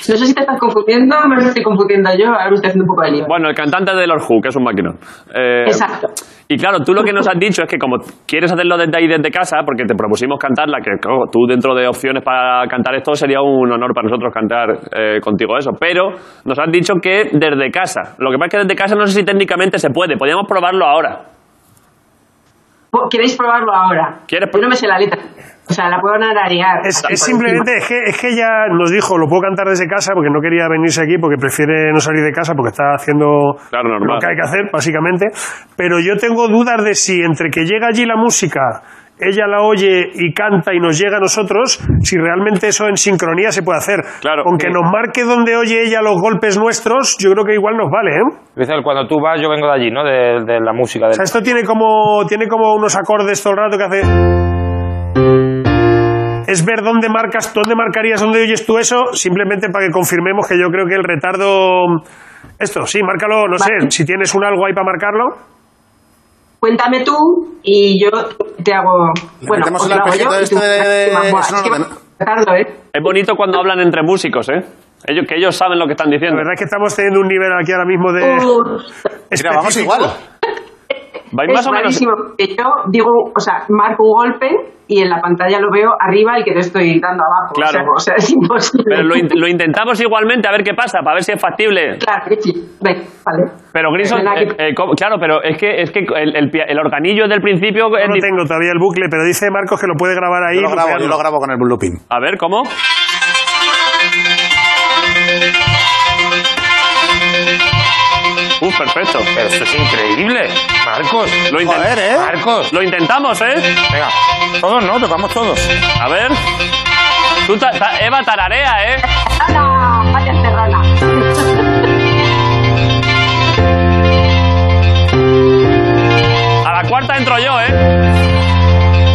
S9: Sí. no sé si te estás confundiendo, no sé si estoy confundiendo yo, ahora me estoy haciendo un poco de lío.
S2: Bueno, el cantante de Lord Who, que es un maquinón. Eh,
S9: Exacto.
S2: Y claro, tú lo que nos has dicho es que como quieres hacerlo desde ahí, desde casa, porque te propusimos cantarla, que claro, tú dentro de opciones para cantar esto sería un honor para nosotros cantar eh, contigo eso, pero nos has dicho que desde casa. Lo que pasa es que desde casa no sé si técnicamente se puede, podríamos probarlo ahora.
S9: Po- ¿Queréis probarlo ahora?
S2: ¿Quieres
S9: Yo no me sé la letra. O sea, la puedo nararear.
S6: Es,
S9: así
S6: es
S9: por
S6: simplemente,
S9: encima.
S6: es que, es que ella nos dijo, lo puedo cantar desde casa porque no quería venirse aquí, porque prefiere no salir de casa porque está haciendo
S2: Claro, normal.
S6: lo que hay que hacer, básicamente. Pero yo tengo dudas de si entre que llega allí la música, ella la oye y canta y nos llega a nosotros, si realmente eso en sincronía se puede hacer.
S2: Claro.
S6: Aunque nos marque donde oye ella los golpes nuestros, yo creo que igual nos vale, ¿eh?
S3: Dice, cuando tú vas, yo vengo de allí, ¿no? De, de la música.
S6: O
S3: del-
S6: sea, esto tiene como, tiene como unos acordes todo el rato que hace. Es ver dónde marcas, dónde marcarías, dónde oyes tú eso, simplemente para que confirmemos que yo creo que el retardo. Esto, sí, márcalo, no sé,
S9: Vale.
S6: si tienes un algo ahí para marcarlo.
S9: Cuéntame tú y yo te hago.
S4: Le
S9: bueno,
S4: metemos
S9: o
S4: el
S9: te lo hago
S4: arpejito
S9: yo y tú-
S4: este de-
S9: Buah,
S4: de-
S9: es
S4: no,
S9: que
S4: no,
S9: va a tardo, ¿eh?
S2: Es bonito cuando hablan entre músicos, ¿eh? Ellos, que ellos saben lo que están
S6: La
S2: diciendo.
S6: verdad es que estamos teniendo un nivel aquí ahora mismo de.
S9: Uh,
S4: Mira, vamos
S6: específico.
S4: igual.
S2: ¿Vais
S9: es
S2: más o menos?
S9: malísimo, que yo digo, o sea, marco un golpe y en la pantalla lo veo arriba y que te estoy dando abajo. o sea,
S2: Claro.
S9: O sea, es imposible.
S2: Pero
S9: [laughs]
S2: lo, in- lo intentamos igualmente a ver qué pasa, para ver si es factible.
S9: Claro que sí. Ven, vale.
S2: Pero Grison,
S9: Ven aquí.
S2: eh, eh, ¿cómo? claro, pero es que, es que el, el, pia- el organillo del principio...
S6: Yo
S2: es
S6: No
S2: di-
S6: tengo todavía el bucle, pero dice Marcos que lo puede grabar ahí.
S4: Yo lo grabo,
S6: buclearlo.
S4: yo lo grabo con el looping.
S2: A ver, ¿cómo? Uf, perfecto.
S3: Pero esto es increíble. Marcos.
S2: Lo, inten-
S4: Joder, ¿eh?
S3: Marcos.
S2: lo intentamos, ¿eh?
S3: Venga.
S4: Todos no, tocamos todos.
S2: A ver. Tú ta- ta- Eva tararea, ¿eh?
S9: ¡Hala! ¡Vaya cerrada!
S2: A la cuarta entro yo, ¿eh?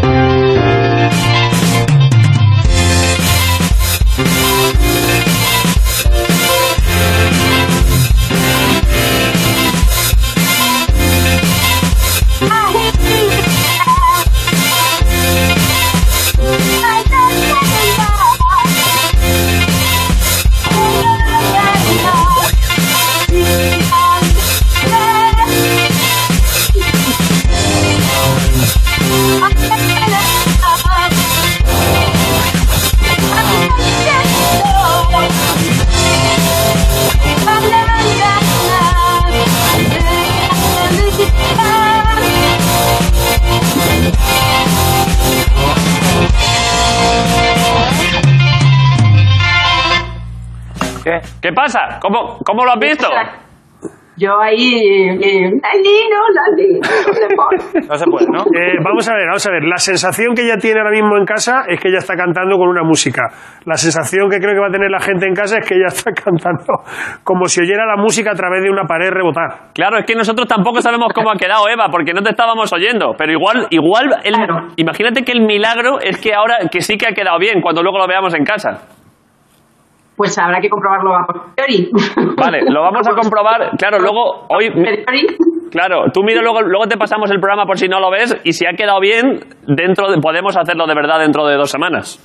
S2: ¿Qué pasa? ¿Cómo, cómo lo has visto?
S9: Yo ahí. Eh, Lali, no, Lali.
S3: No se puede, ¿no?
S6: Eh, vamos a ver, vamos a ver. La sensación que ella tiene ahora mismo en casa es que ella está cantando con una música. La sensación que creo que va a tener la gente en casa es que ella está [laughs] cantando como si oyera la música a través de una pared rebotar.
S2: Claro, es que nosotros tampoco sabemos cómo ha quedado Eva, porque no te estábamos oyendo. Pero igual, igual, el-
S9: Claro.
S2: imagínate que el milagro es que ahora que sí que ha quedado bien, cuando luego lo veamos en casa.
S9: Pues habrá que comprobarlo a posteriori.
S2: Vale, lo vamos a comprobar. Claro, luego, hoy.
S9: A posteriori.
S2: Claro, tú mira, luego, luego te pasamos el programa por si no lo ves. Y si ha quedado bien, dentro de- podemos hacerlo de verdad dentro de dos semanas.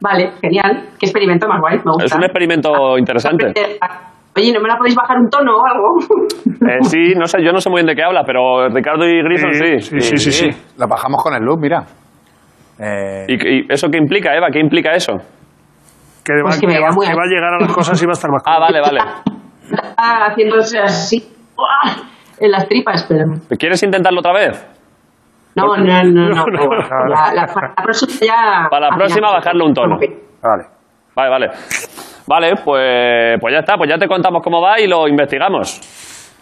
S9: Vale, genial. Qué experimento más guay. Me gusta.
S2: Es un experimento interesante.
S9: Oye, ¿no me la podéis bajar un tono o algo?
S2: Eh, sí, no sé, yo no sé muy bien de qué hablas, pero Ricardo y Grison sí.
S6: sí, sí, sí, sí.
S4: Lo bajamos con el loop, mira. Eh,
S2: ¿Y, y eso qué implica, Eva? ¿Qué implica eso?
S6: Que, va,
S9: Pues que me
S6: que
S9: da muy
S6: va- que
S9: a-
S6: va a llegar a las cosas y va a estar más
S2: Ah, vale, vale.
S9: Está haciéndose así. ¡Uah! En las tripas, pero.
S2: ¿Quieres intentarlo otra vez?
S9: No, no, no. no,
S6: No, no, no.
S9: La, la- la próxima ya.
S2: Para la próxima bajarle un tono.
S9: Ok.
S4: Vale.
S2: Vale, vale. Vale, pues, pues ya está, pues ya te contamos cómo va y lo investigamos.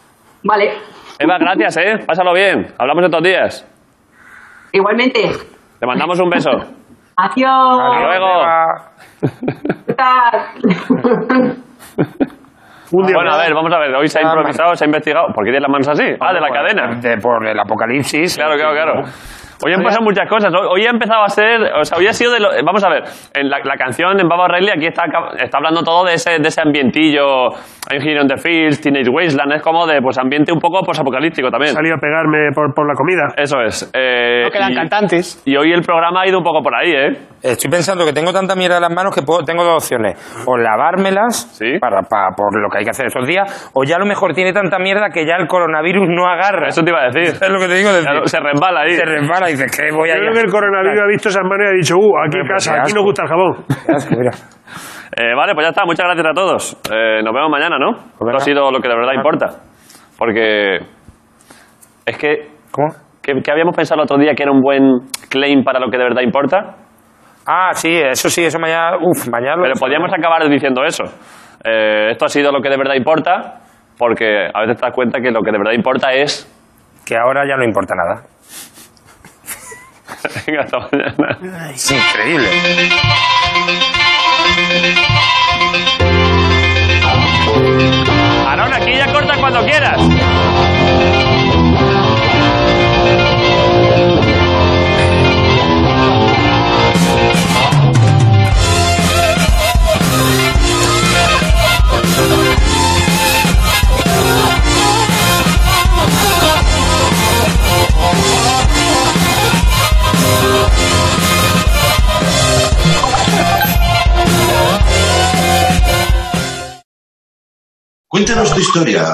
S9: Vale.
S2: Eva, gracias, ¿eh? Pásalo bien. Hablamos estos días.
S9: Igualmente.
S2: Te mandamos un [laughs] beso.
S9: Adiós.
S2: Hasta luego.
S9: ¿Qué tal?
S6: Un día
S2: Bueno, a
S6: más.
S2: ver, vamos a ver. Hoy se ha pues. improvisado, se ha investigado. ¿Por qué tienes las manos así? Ah, de la cadena.
S3: De- por el apocalipsis.
S2: Claro, claro, claro. Hoy han pasado muchas cosas. Hoy, hoy ha empezado a ser. O sea, hoy ha sido de lo. Vamos a ver. En la, la canción en Baba O'Reilly aquí está, acab- está hablando todo de ese, de ese ambientillo. Hay un on the Fields, Teenage Wasteland. Es como de pues, ambiente un poco posapocalíptico también.
S6: Salió a pegarme por, por la comida.
S2: Eso es. Eh,
S5: No quedan
S2: y-
S5: cantantes.
S2: Y hoy el programa ha ido un poco por ahí, ¿eh?
S3: Estoy pensando que tengo tanta mierda en las manos que puedo, tengo dos opciones. O lavármelas
S2: Sí.
S3: para, para- por lo que hay que hacer esos días, o ya a lo mejor tiene tanta mierda que ya el coronavirus no agarra.
S2: Eso te iba a decir.
S3: Ah, [laughs] es lo que te digo. es decir,
S2: Claro, Se resbala ahí.
S3: se resbala y dices, ¿qué voy a
S6: Yo creo que el coronavirus ha visto esas manos y ha dicho, uh, aquí en
S3: Hombre, pues
S6: casa,
S3: qué
S6: aquí
S3: asco.
S6: nos gusta el jabón.
S2: Eh, vale, pues ya está. Muchas gracias a todos. Eh, nos vemos mañana, ¿no?
S3: Pues
S2: Esto ha sido lo que de verdad importa. Porque es que,
S3: ¿Cómo?
S2: que, que habíamos pensado el otro día que era un buen claim para lo que de verdad importa,
S3: Ah, sí, eso sí, eso mañana. Uf, mañana. lo-
S2: pero podríamos acabar diciendo eso. Eh, esto ha sido lo que de verdad importa, porque a veces te das cuenta que lo que de verdad importa es... [laughs]
S3: Que ahora ya no importa nada.
S2: Venga, hasta mañana.
S3: Es increíble.
S2: Aarón, aquí ya corta cuando quieras.
S10: Cuéntanos tu historia.